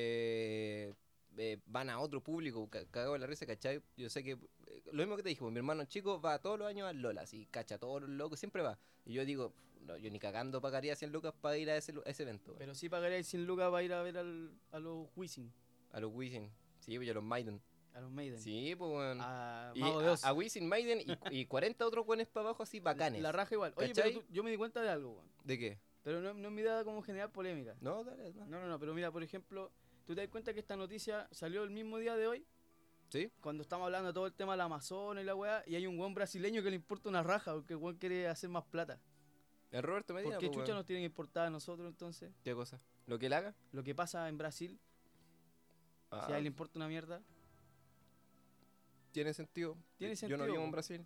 [SPEAKER 1] eh, eh, van a otro público, ca- cagado en la risa, ¿cachai? Yo sé que, eh, lo mismo que te dije, pues, mi hermano chico va todos los años al Lola, así, cacha, todos los locos, siempre va. Y yo digo, no, yo ni cagando pagaría 100 lucas para ir a ese, lu- a ese evento, weón.
[SPEAKER 2] Pero sí pagaría 100 lucas para ir a ver al, a los Wisin,
[SPEAKER 1] a los Wisin, sí, pues, y a los Maiden.
[SPEAKER 2] a los Maiden.
[SPEAKER 1] Sí, pues bueno.
[SPEAKER 2] A
[SPEAKER 1] y
[SPEAKER 2] Mago de
[SPEAKER 1] a,
[SPEAKER 2] Oz.
[SPEAKER 1] a Wisin, Maiden y, cu- y 40 otros güenes para abajo, así, bacanes.
[SPEAKER 2] La raja igual. Oye,
[SPEAKER 1] ¿Cachai?
[SPEAKER 2] pero tú- yo me di cuenta de algo, weón.
[SPEAKER 1] ¿De qué?
[SPEAKER 2] Pero no, no es mi idea como generar polémica.
[SPEAKER 1] No, dale, no.
[SPEAKER 2] No, no, no, pero mira, por ejemplo, tú te das cuenta que esta noticia salió el mismo día de hoy,
[SPEAKER 1] ¿Sí?
[SPEAKER 2] cuando estamos hablando de todo el tema del Amazonas y la weá, y hay un weón brasileño que le importa una raja, porque el weón quiere hacer más plata.
[SPEAKER 1] El Roberto Medina,
[SPEAKER 2] ¿Por qué
[SPEAKER 1] pues,
[SPEAKER 2] chucha
[SPEAKER 1] weón.
[SPEAKER 2] nos tienen que importar a nosotros entonces?
[SPEAKER 1] ¿Qué cosa? ¿Lo que él haga?
[SPEAKER 2] Lo que pasa en Brasil, si a
[SPEAKER 1] Ah.
[SPEAKER 2] él le importa una mierda.
[SPEAKER 1] Tiene sentido.
[SPEAKER 2] Tiene
[SPEAKER 1] Yo no
[SPEAKER 2] sentido,
[SPEAKER 1] vivo en
[SPEAKER 2] po.
[SPEAKER 1] Brasil.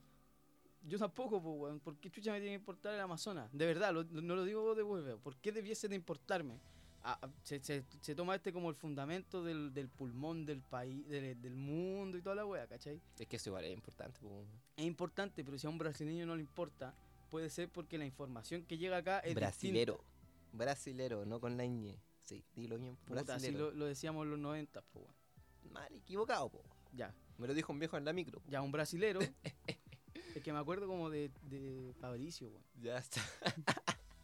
[SPEAKER 2] Yo tampoco, pues, weón. ¿Por qué chucha me tiene que importar el Amazonas? De verdad, lo- no lo digo de hueveo. ¿Por qué debiese de importarme? Ah, ah, se, se- se toma este como el fundamento del, del pulmón del país, del, del mundo y toda la wea, ¿cachai?
[SPEAKER 1] Es que eso igual es importante. po.
[SPEAKER 2] Es importante, pero si a un brasileño no le importa, puede ser porque la información que llega acá es
[SPEAKER 1] Brasilero. Brasilero, no con la ñ. Sí, dilo bien.
[SPEAKER 2] distinta. Puta, así
[SPEAKER 1] brasilero.
[SPEAKER 2] lo, lo decíamos en los 90, pues, weón.
[SPEAKER 1] Mal equivocado, po.
[SPEAKER 2] Ya,
[SPEAKER 1] Me lo dijo un viejo en la micro.
[SPEAKER 2] ya un brasilero. es que me acuerdo como de, de Fabricio, weón.
[SPEAKER 1] Ya está.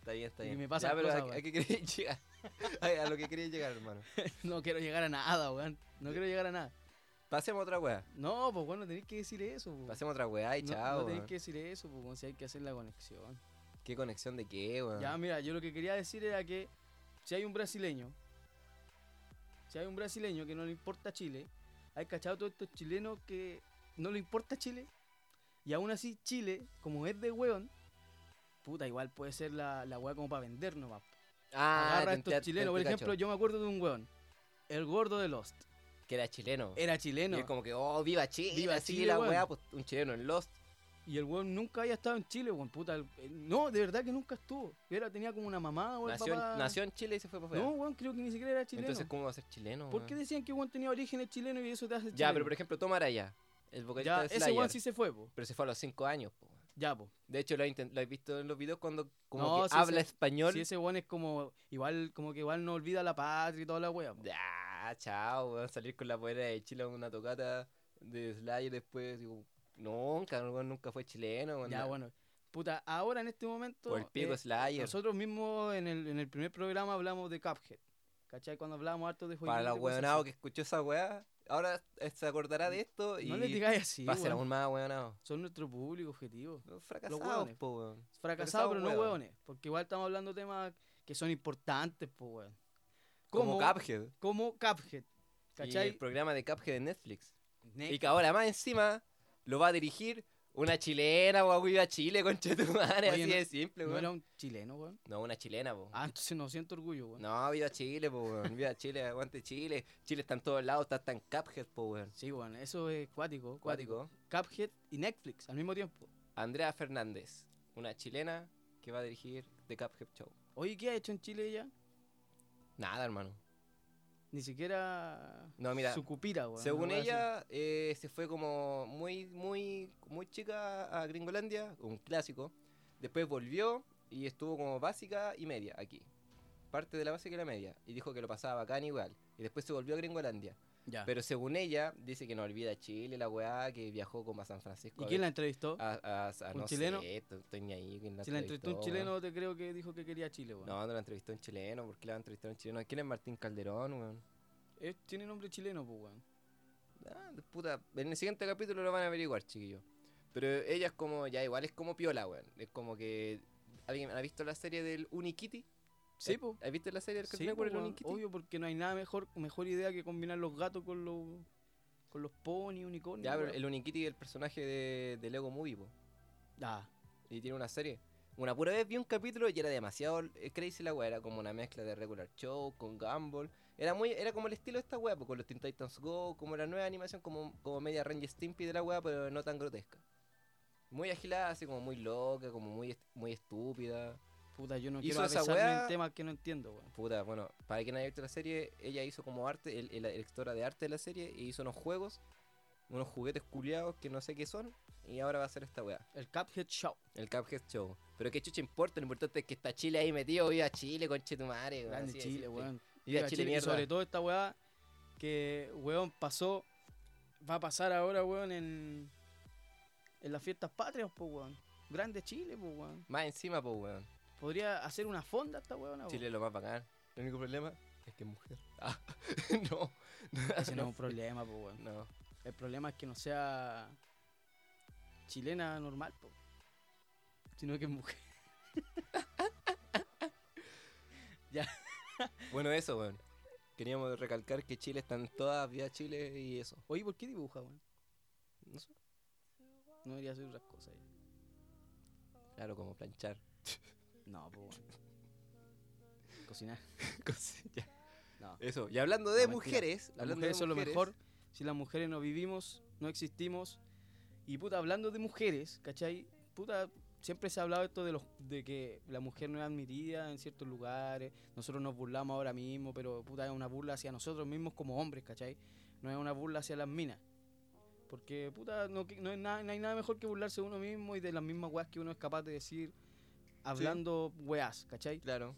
[SPEAKER 1] está bien, está
[SPEAKER 2] Y
[SPEAKER 1] bien.
[SPEAKER 2] me pasan
[SPEAKER 1] ya, pero
[SPEAKER 2] cosas,
[SPEAKER 1] a, a
[SPEAKER 2] weón.
[SPEAKER 1] qué queréis llegar. a, a lo que queréis llegar, hermano.
[SPEAKER 2] No quiero llegar a nada, weón. No quiero llegar a nada.
[SPEAKER 1] Pasemos a otra weá.
[SPEAKER 2] No, pues, bueno, tenéis que decir eso, weón.
[SPEAKER 1] Pasemos a otra weá y
[SPEAKER 2] No-
[SPEAKER 1] chao.
[SPEAKER 2] No, tenés
[SPEAKER 1] weón.
[SPEAKER 2] que decir eso, pues, weón, si hay que hacer la conexión.
[SPEAKER 1] ¿Qué conexión de qué, weón?
[SPEAKER 2] Ya, mira, yo lo que quería decir era que si hay un brasileño, si hay un brasileño que no le importa Chile, hay cachado todos estos chilenos que no le importa Chile, y aún así Chile, como es de weón, puta, igual puede ser la, la weá como para vender nomás.
[SPEAKER 1] Ah,
[SPEAKER 2] Agarra a
[SPEAKER 1] te
[SPEAKER 2] estos
[SPEAKER 1] entiendo,
[SPEAKER 2] chilenos.
[SPEAKER 1] te
[SPEAKER 2] Por
[SPEAKER 1] cacho.
[SPEAKER 2] ejemplo, yo me acuerdo de un weón. El gordo de Lost.
[SPEAKER 1] que era chileno.
[SPEAKER 2] Era
[SPEAKER 1] Oh. Y
[SPEAKER 2] chileno.
[SPEAKER 1] es como que, oh, viva Chile,
[SPEAKER 2] Eh, Viva
[SPEAKER 1] viva
[SPEAKER 2] Chile,
[SPEAKER 1] Chile, la
[SPEAKER 2] weón.
[SPEAKER 1] weá, pues un chileno en Lost.
[SPEAKER 2] Y el weón nunca había estado en Chile, weón. Puta, el- el- no, de verdad que nunca estuvo. Era, tenía como una mamá o el
[SPEAKER 1] Nació, en-
[SPEAKER 2] papá.
[SPEAKER 1] nació en Chile y se fue para
[SPEAKER 2] No,
[SPEAKER 1] afuera.
[SPEAKER 2] weón, creo que ni siquiera era chileno.
[SPEAKER 1] Entonces, ¿cómo va a ser chileno?
[SPEAKER 2] ¿Por
[SPEAKER 1] weón?
[SPEAKER 2] qué decían que weón tenía orígenes chilenos y eso te hace
[SPEAKER 1] Ya,
[SPEAKER 2] chileno?
[SPEAKER 1] pero por ejemplo, toma Araya, el vocalista
[SPEAKER 2] Ya,
[SPEAKER 1] de
[SPEAKER 2] ese weón
[SPEAKER 1] Slayer,
[SPEAKER 2] sí se fue, po.
[SPEAKER 1] pero se fue a los 5 años. po.
[SPEAKER 2] Ya, po.
[SPEAKER 1] De hecho, lo he, intent- lo he visto en los videos cuando como
[SPEAKER 2] No,
[SPEAKER 1] que
[SPEAKER 2] sí,
[SPEAKER 1] habla
[SPEAKER 2] sí.
[SPEAKER 1] español.
[SPEAKER 2] Si ese weón es como, igual, como que igual no olvida la patria y toda la wea, po.
[SPEAKER 1] Ah, chao, weón, salir con la polera de Chile en una tocata de Slayer después, digo, nunca, weón, nunca fue chileno, weón,
[SPEAKER 2] Ya,
[SPEAKER 1] na-
[SPEAKER 2] bueno. Puta, ahora en este momento.
[SPEAKER 1] por el pico
[SPEAKER 2] eh,
[SPEAKER 1] Slayer.
[SPEAKER 2] Nosotros mismos en el, en el primer programa hablamos de Cuphead. ¿Cachai? Cuando hablábamos harto de
[SPEAKER 1] Para
[SPEAKER 2] Houdini,
[SPEAKER 1] los
[SPEAKER 2] de cosas
[SPEAKER 1] weonados
[SPEAKER 2] así.
[SPEAKER 1] que escuchó esa weá, ahora eh, se acordará de esto y
[SPEAKER 2] No les digáis así.
[SPEAKER 1] va a ser
[SPEAKER 2] weón.
[SPEAKER 1] aún más weonado.
[SPEAKER 2] Son nuestro público objetivo.
[SPEAKER 1] Fracasados,
[SPEAKER 2] hueones.
[SPEAKER 1] po, weón.
[SPEAKER 2] Fracasados,
[SPEAKER 1] Fracasados,
[SPEAKER 2] pero no
[SPEAKER 1] weón.
[SPEAKER 2] hueones. Porque igual estamos hablando de temas que son importantes, pues, weón.
[SPEAKER 1] Como Cuphead.
[SPEAKER 2] Como Cuphead.
[SPEAKER 1] ¿Cachai?
[SPEAKER 2] ¿Cachai?
[SPEAKER 1] el programa de Cuphead de Netflix.
[SPEAKER 2] Ne-
[SPEAKER 1] Y que ahora más encima lo va a dirigir una chilena, weón, viva Chile, concha de tu madre, así
[SPEAKER 2] Oye, no-
[SPEAKER 1] de simple,
[SPEAKER 2] ¿No
[SPEAKER 1] weón.
[SPEAKER 2] era
[SPEAKER 1] No,
[SPEAKER 2] un chileno, weón?
[SPEAKER 1] una chilena, po.
[SPEAKER 2] Ah, entonces no siento orgullo, weón.
[SPEAKER 1] No, viva Chile, po, weón. Viva Chile, aguante Chile. Chile está en todos lados, está hasta en Cuphead, po, weón.
[SPEAKER 2] Sí, weón, eso es cuático, cuático.
[SPEAKER 1] Acuático.
[SPEAKER 2] Cuphead y Netflix al mismo tiempo.
[SPEAKER 1] Andrea Fernández, una chilena que va a dirigir The Cuphead Show.
[SPEAKER 2] Oye, ¿qué ha hecho en Chile ella?
[SPEAKER 1] Nada, hermano.
[SPEAKER 2] Ni siquiera
[SPEAKER 1] No, mira,
[SPEAKER 2] su cupira, weón.
[SPEAKER 1] Según
[SPEAKER 2] una wea así.
[SPEAKER 1] ella, eh, se fue como muy, muy, muy chica a Gringolandia, un clásico. Después volvió y estuvo como básica y media aquí. Parte de la básica y la media. Y dijo que lo pasaba bacán igual. Y después se volvió a Gringolandia.
[SPEAKER 2] Ya.
[SPEAKER 1] Pero según ella, dice que no olvida Chile, la weá, que viajó como a San Francisco.
[SPEAKER 2] ¿Y
[SPEAKER 1] a
[SPEAKER 2] quién la
[SPEAKER 1] ver-
[SPEAKER 2] entrevistó?
[SPEAKER 1] a- a- a-
[SPEAKER 2] ¿Un
[SPEAKER 1] no
[SPEAKER 2] chileno?
[SPEAKER 1] sé, esto- estoy ni ahí. ¿quién
[SPEAKER 2] si la entrevistó un
[SPEAKER 1] weón?
[SPEAKER 2] chileno, te creo que dijo que quería Chile, weón.
[SPEAKER 1] No, no la entrevistó un chileno. ¿Por qué la va a entrevistar un chileno? ¿Quién es Martín Calderón, weón?
[SPEAKER 2] Es- tiene nombre chileno, pues, weón.
[SPEAKER 1] Ah, de puta, en el siguiente capítulo lo van a averiguar, chiquillos. Pero ella es como, ya igual es como piola, weón. Es como que. ¿Alguien ha visto la serie del Unikitty?
[SPEAKER 2] Sí,
[SPEAKER 1] ¿Eh?
[SPEAKER 2] po.
[SPEAKER 1] ¿Has visto la serie del
[SPEAKER 2] Sí,
[SPEAKER 1] Cartoon
[SPEAKER 2] po,
[SPEAKER 1] Network, el
[SPEAKER 2] weón.
[SPEAKER 1] Unikitty?
[SPEAKER 2] Obvio, porque no hay nada mejor, mejor idea que combinar los gatos con los con los ponis, unicornios.
[SPEAKER 1] Ya, pero
[SPEAKER 2] weón.
[SPEAKER 1] el Unikitty es el personaje de, de Lego Movie, po.
[SPEAKER 2] Ah,
[SPEAKER 1] Y tiene una serie. Una pura vez vi un capítulo y era demasiado eh, crazy la weá. Era como una mezcla de regular show con Gumball. Era muy era como el estilo de esta weá, po, con los Teen Titans Go, como la nueva animación, como, como media Range Stimpy de la weá, pero no tan grotesca. Muy agilada, así como muy loca, como muy, est- muy estúpida.
[SPEAKER 2] puta, yo no
[SPEAKER 1] Hizo
[SPEAKER 2] quiero
[SPEAKER 1] esa
[SPEAKER 2] avisarme en
[SPEAKER 1] weá-
[SPEAKER 2] temas que no entiendo, weón.
[SPEAKER 1] Puta, bueno, para quien haya visto la serie, ella hizo como arte, el, el- la directora de arte de la serie, e hizo unos juegos, unos juguetes culiados que no sé qué son, y ahora va a ser esta weá.
[SPEAKER 2] El Cuphead Show.
[SPEAKER 1] El Cuphead Show. Pero qué chucha importa, lo importante es que está Chile ahí metido, viva Chile, conche tu madre. weón,
[SPEAKER 2] Grande
[SPEAKER 1] así de
[SPEAKER 2] Chile,
[SPEAKER 1] simple.
[SPEAKER 2] weón.
[SPEAKER 1] Viva,
[SPEAKER 2] Viva
[SPEAKER 1] Chile,
[SPEAKER 2] Chile, y
[SPEAKER 1] mierda.
[SPEAKER 2] sobre todo esta weá que, weón, pasó. Va a pasar ahora, weón, en, en las fiestas patrias, pues, weón. Grande Chile, pues, weón.
[SPEAKER 1] Más encima, pues, weón.
[SPEAKER 2] Podría hacer una fonda esta weona, Ah, weón.
[SPEAKER 1] Chile lo va a pagar. El único problema es que es mujer. Ah, no.
[SPEAKER 2] Ese no es un problema, pues, weón.
[SPEAKER 1] No.
[SPEAKER 2] El problema es que no sea chilena normal, po. sino que es mujer.
[SPEAKER 1] Bueno, eso, weón. Queríamos recalcar que Chile están todas, viva Chile y eso.
[SPEAKER 2] Oye, ¿por qué dibuja, weón?
[SPEAKER 1] No sé.
[SPEAKER 2] No debería hacer otras cosas. ya.
[SPEAKER 1] Claro, como planchar.
[SPEAKER 2] No, po, weón. Cocinar.
[SPEAKER 1] Cosas, ya.
[SPEAKER 2] No.
[SPEAKER 1] Eso. Y hablando de
[SPEAKER 2] No, mentira.
[SPEAKER 1] mujeres.
[SPEAKER 2] Las
[SPEAKER 1] hablando
[SPEAKER 2] mujeres
[SPEAKER 1] de
[SPEAKER 2] son lo
[SPEAKER 1] mujeres,
[SPEAKER 2] mejor. Si las mujeres no vivimos, no existimos. Y puta, hablando de mujeres, ¿cachai? Puta, siempre se ha hablado esto de, los, de que la mujer no es admitida en ciertos lugares. Nosotros nos burlamos ahora mismo, pero puta, es una burla hacia nosotros mismos como hombres, ¿cachai? No es una burla hacia las minas. Porque, puta, no, que- no, es nada- no hay nada mejor que burlarse de uno mismo y de las mismas weas que uno es capaz de decir hablando weas, ¿cachai?
[SPEAKER 1] Claro.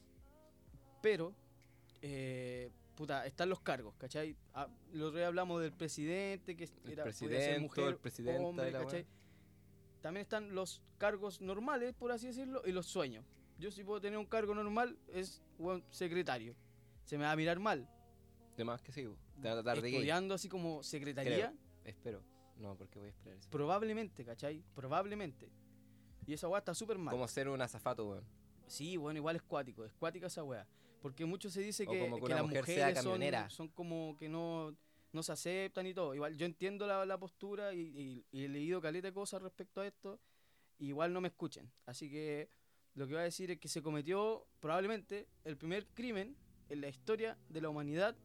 [SPEAKER 2] pero eh, puta, están los cargos, ¿cachai? Ah, el otro día hablamos del presidente, que
[SPEAKER 1] El
[SPEAKER 2] era, podía ser
[SPEAKER 1] presidente,
[SPEAKER 2] mujer,
[SPEAKER 1] el presidente,
[SPEAKER 2] hombre,
[SPEAKER 1] la
[SPEAKER 2] ¿cachai? También están los cargos normales, por así decirlo, y los sueños. Yo si puedo tener un cargo normal es weón, secretario. Se me va a mirar mal.
[SPEAKER 1] De más que sigo. Te van a tratar de gay.
[SPEAKER 2] Estudiando así como secretaría,
[SPEAKER 1] Espero. No, porque voy a esperar eso.
[SPEAKER 2] probablemente, ¿cachai? Probablemente. Y esa weá está súper mal.
[SPEAKER 1] Como ser un azafato, weón.
[SPEAKER 2] Sí, bueno, igual es cuático, es cuática esa weá. Porque mucho se dice
[SPEAKER 1] O
[SPEAKER 2] que,
[SPEAKER 1] como que
[SPEAKER 2] que
[SPEAKER 1] una
[SPEAKER 2] las
[SPEAKER 1] mujer sea
[SPEAKER 2] mujeres son,
[SPEAKER 1] camionera.
[SPEAKER 2] son como que no, no se aceptan y todo. Igual yo entiendo la, la postura y, y- y he leído caleta de cosas respecto a esto. Igual no me escuchen. Así que lo que va a decir es que se cometió probablemente el primer crimen en la historia de la humanidad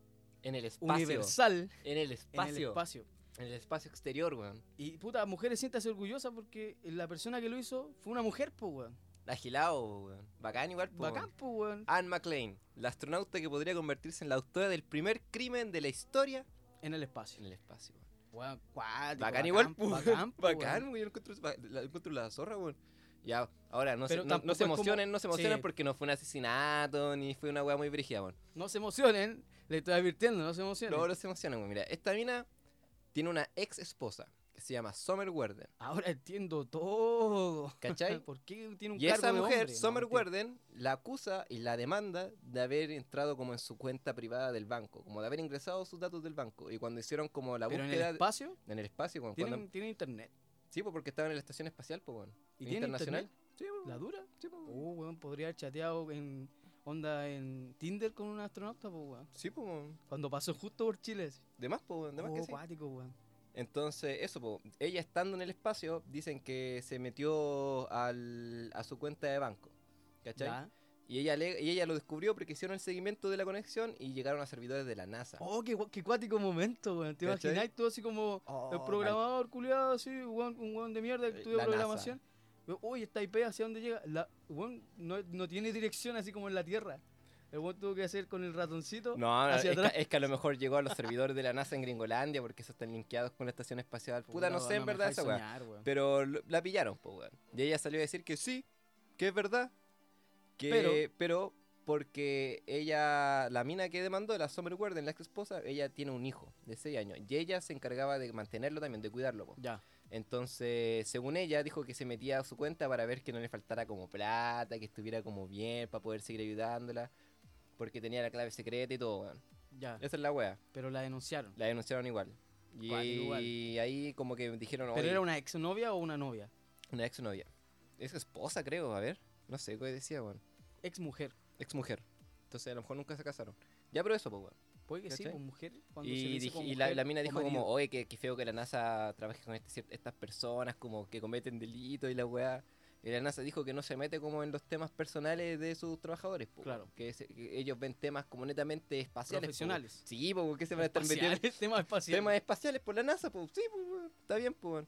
[SPEAKER 1] En el espacio.
[SPEAKER 2] universal
[SPEAKER 1] En el
[SPEAKER 2] en
[SPEAKER 1] espacio.
[SPEAKER 2] el espacio.
[SPEAKER 1] En el espacio exterior, weón.
[SPEAKER 2] Y puta, mujeres siéntase orgullosas porque la persona que lo hizo fue una mujer, pues, weón.
[SPEAKER 1] La Gilao, weón. Bacán igual, po,
[SPEAKER 2] Bacán,
[SPEAKER 1] weón.
[SPEAKER 2] pues, weón.
[SPEAKER 1] Anne McLean, la astronauta que podría convertirse en la autora del primer crimen de la historia
[SPEAKER 2] En el espacio.
[SPEAKER 1] en el espacio, weón.
[SPEAKER 2] Weón, cuático,
[SPEAKER 1] Bacán igual, po, weón.
[SPEAKER 2] Bacán, po,
[SPEAKER 1] Bacán,
[SPEAKER 2] weón.
[SPEAKER 1] weón. Yo encuentro, ba- la, encuentro la zorra, weón. Ya, ahora, no, se,
[SPEAKER 2] Pero
[SPEAKER 1] no- no,
[SPEAKER 2] tampoco
[SPEAKER 1] se
[SPEAKER 2] es como-
[SPEAKER 1] emocionen, no se emocionen
[SPEAKER 2] Sí.
[SPEAKER 1] porque no fue un asesinato ni fue una weá muy brígida, weón.
[SPEAKER 2] No se emocionen, le estoy advirtiendo, no se emocionen.
[SPEAKER 1] No, no se emocionen, weón. Mira, esta mina tiene una ex esposa que se llama Summer Werden.
[SPEAKER 2] Ahora entiendo todo.
[SPEAKER 1] ¿Cachai?
[SPEAKER 2] ¿Por qué tiene un
[SPEAKER 1] Eh, Y
[SPEAKER 2] cargo
[SPEAKER 1] esa
[SPEAKER 2] de
[SPEAKER 1] mujer,
[SPEAKER 2] hombre? No,
[SPEAKER 1] Summer
[SPEAKER 2] mentira.
[SPEAKER 1] Werden, la acusa y la demanda de haber entrado como en su cuenta privada del banco, como de haber ingresado sus datos del banco. Y cuando hicieron como la
[SPEAKER 2] Pero en el
[SPEAKER 1] búsqueda
[SPEAKER 2] espacio
[SPEAKER 1] en el espacio, cuando,
[SPEAKER 2] tienen,
[SPEAKER 1] cuando-
[SPEAKER 2] tienen internet.
[SPEAKER 1] sí, pues, porque estaban en la estación espacial, pues, weón.
[SPEAKER 2] ¿Y tienen
[SPEAKER 1] internacional.
[SPEAKER 2] internet?
[SPEAKER 1] Sí, pues,
[SPEAKER 2] ¿La dura?
[SPEAKER 1] sí, pues, weón.
[SPEAKER 2] Uh, weón, podría haber chateado en onda en Tinder con un astronauta, pues, weón.
[SPEAKER 1] Sí, pues, weón.
[SPEAKER 2] Cuando pasó justo por Chile. así.
[SPEAKER 1] de más, pues, weón, de más
[SPEAKER 2] Oh,
[SPEAKER 1] que sí.
[SPEAKER 2] cuático, weón.
[SPEAKER 1] Entonces, eso, po. ella estando en el espacio, dicen que se metió al, a su cuenta de banco. ¿Cachai?
[SPEAKER 2] Ya.
[SPEAKER 1] Y ella, ale- y ella lo descubrió porque hicieron el seguimiento de la conexión y llegaron a servidores de la NASA.
[SPEAKER 2] Oh, qué, gua- qué cuático momento, weón. ¿Te
[SPEAKER 1] ¿Cachai?
[SPEAKER 2] imaginas tú así como
[SPEAKER 1] Oh,
[SPEAKER 2] el programador culiado, así, weón, un weón de mierda que estudia
[SPEAKER 1] Eh, La NASA.
[SPEAKER 2] programación? Weón, Uy, esta IP, ¿hacia dónde llega? La, weón, no, no tiene dirección así como en la Tierra. El weón tuvo que hacer con el ratoncito.
[SPEAKER 1] No, no, es,
[SPEAKER 2] hacia
[SPEAKER 1] que,
[SPEAKER 2] atrás.
[SPEAKER 1] es que a lo mejor llegó a los servidores de la NASA en Gringolandia porque esos están linkeados con la estación espacial. Puta, no sé en
[SPEAKER 2] me
[SPEAKER 1] verdad
[SPEAKER 2] dejáis
[SPEAKER 1] esa weá.
[SPEAKER 2] soñar, weón.
[SPEAKER 1] Pero lo- la pillaron, po, weón. Y ella salió a decir que sí, que es verdad. Que, pero,
[SPEAKER 2] Pero-
[SPEAKER 1] porque ella, la mina que demandó, la Summer Warden, la ex esposa, ella tiene un hijo de 6 años. Y ella se encargaba de mantenerlo también, de cuidarlo, po.
[SPEAKER 2] Ya.
[SPEAKER 1] Entonces, según ella, dijo que se metía a su cuenta para ver que no le faltara como plata, que estuviera como bien, para poder seguir ayudándola. Porque tenía la clave secreta y todo, weón.
[SPEAKER 2] Ya,
[SPEAKER 1] Esa es la wea.
[SPEAKER 2] pero la denunciaron.
[SPEAKER 1] La denunciaron igual. Y
[SPEAKER 2] Cuático igual.
[SPEAKER 1] ahí como que dijeron,
[SPEAKER 2] ¿Pero
[SPEAKER 1] "Oye,
[SPEAKER 2] era una exnovia o una novia?
[SPEAKER 1] Una ex novia. Ex esposa, creo, a ver. No sé qué decía, weón.
[SPEAKER 2] Ex mujer.
[SPEAKER 1] Ex mujer. Entonces a lo mejor nunca se casaron. Ya, pero eso, pues, weón.
[SPEAKER 2] Puede que sí,
[SPEAKER 1] ¿Cachai?
[SPEAKER 2] pues mujer. Cuando se le
[SPEAKER 1] Y,
[SPEAKER 2] dice
[SPEAKER 1] dije-
[SPEAKER 2] como
[SPEAKER 1] y la,
[SPEAKER 2] mujer
[SPEAKER 1] la mina
[SPEAKER 2] o
[SPEAKER 1] dijo como,
[SPEAKER 2] marido.
[SPEAKER 1] oye, qué, qué feo que la NASA trabaje con este cier- estas personas como que cometen delitos y la weá. Y la NASA dijo que no se mete como en los temas personales de sus trabajadores, po,
[SPEAKER 2] Claro.
[SPEAKER 1] weón. Que, se- que ellos ven temas como netamente espaciales. po,
[SPEAKER 2] Profesionales.
[SPEAKER 1] weón. sí, po, porque se van a estar metiendo
[SPEAKER 2] Espaciales, tema espacial.
[SPEAKER 1] temas espaciales por la NASA, pues sí, pues, weón, está bien, pues. weón.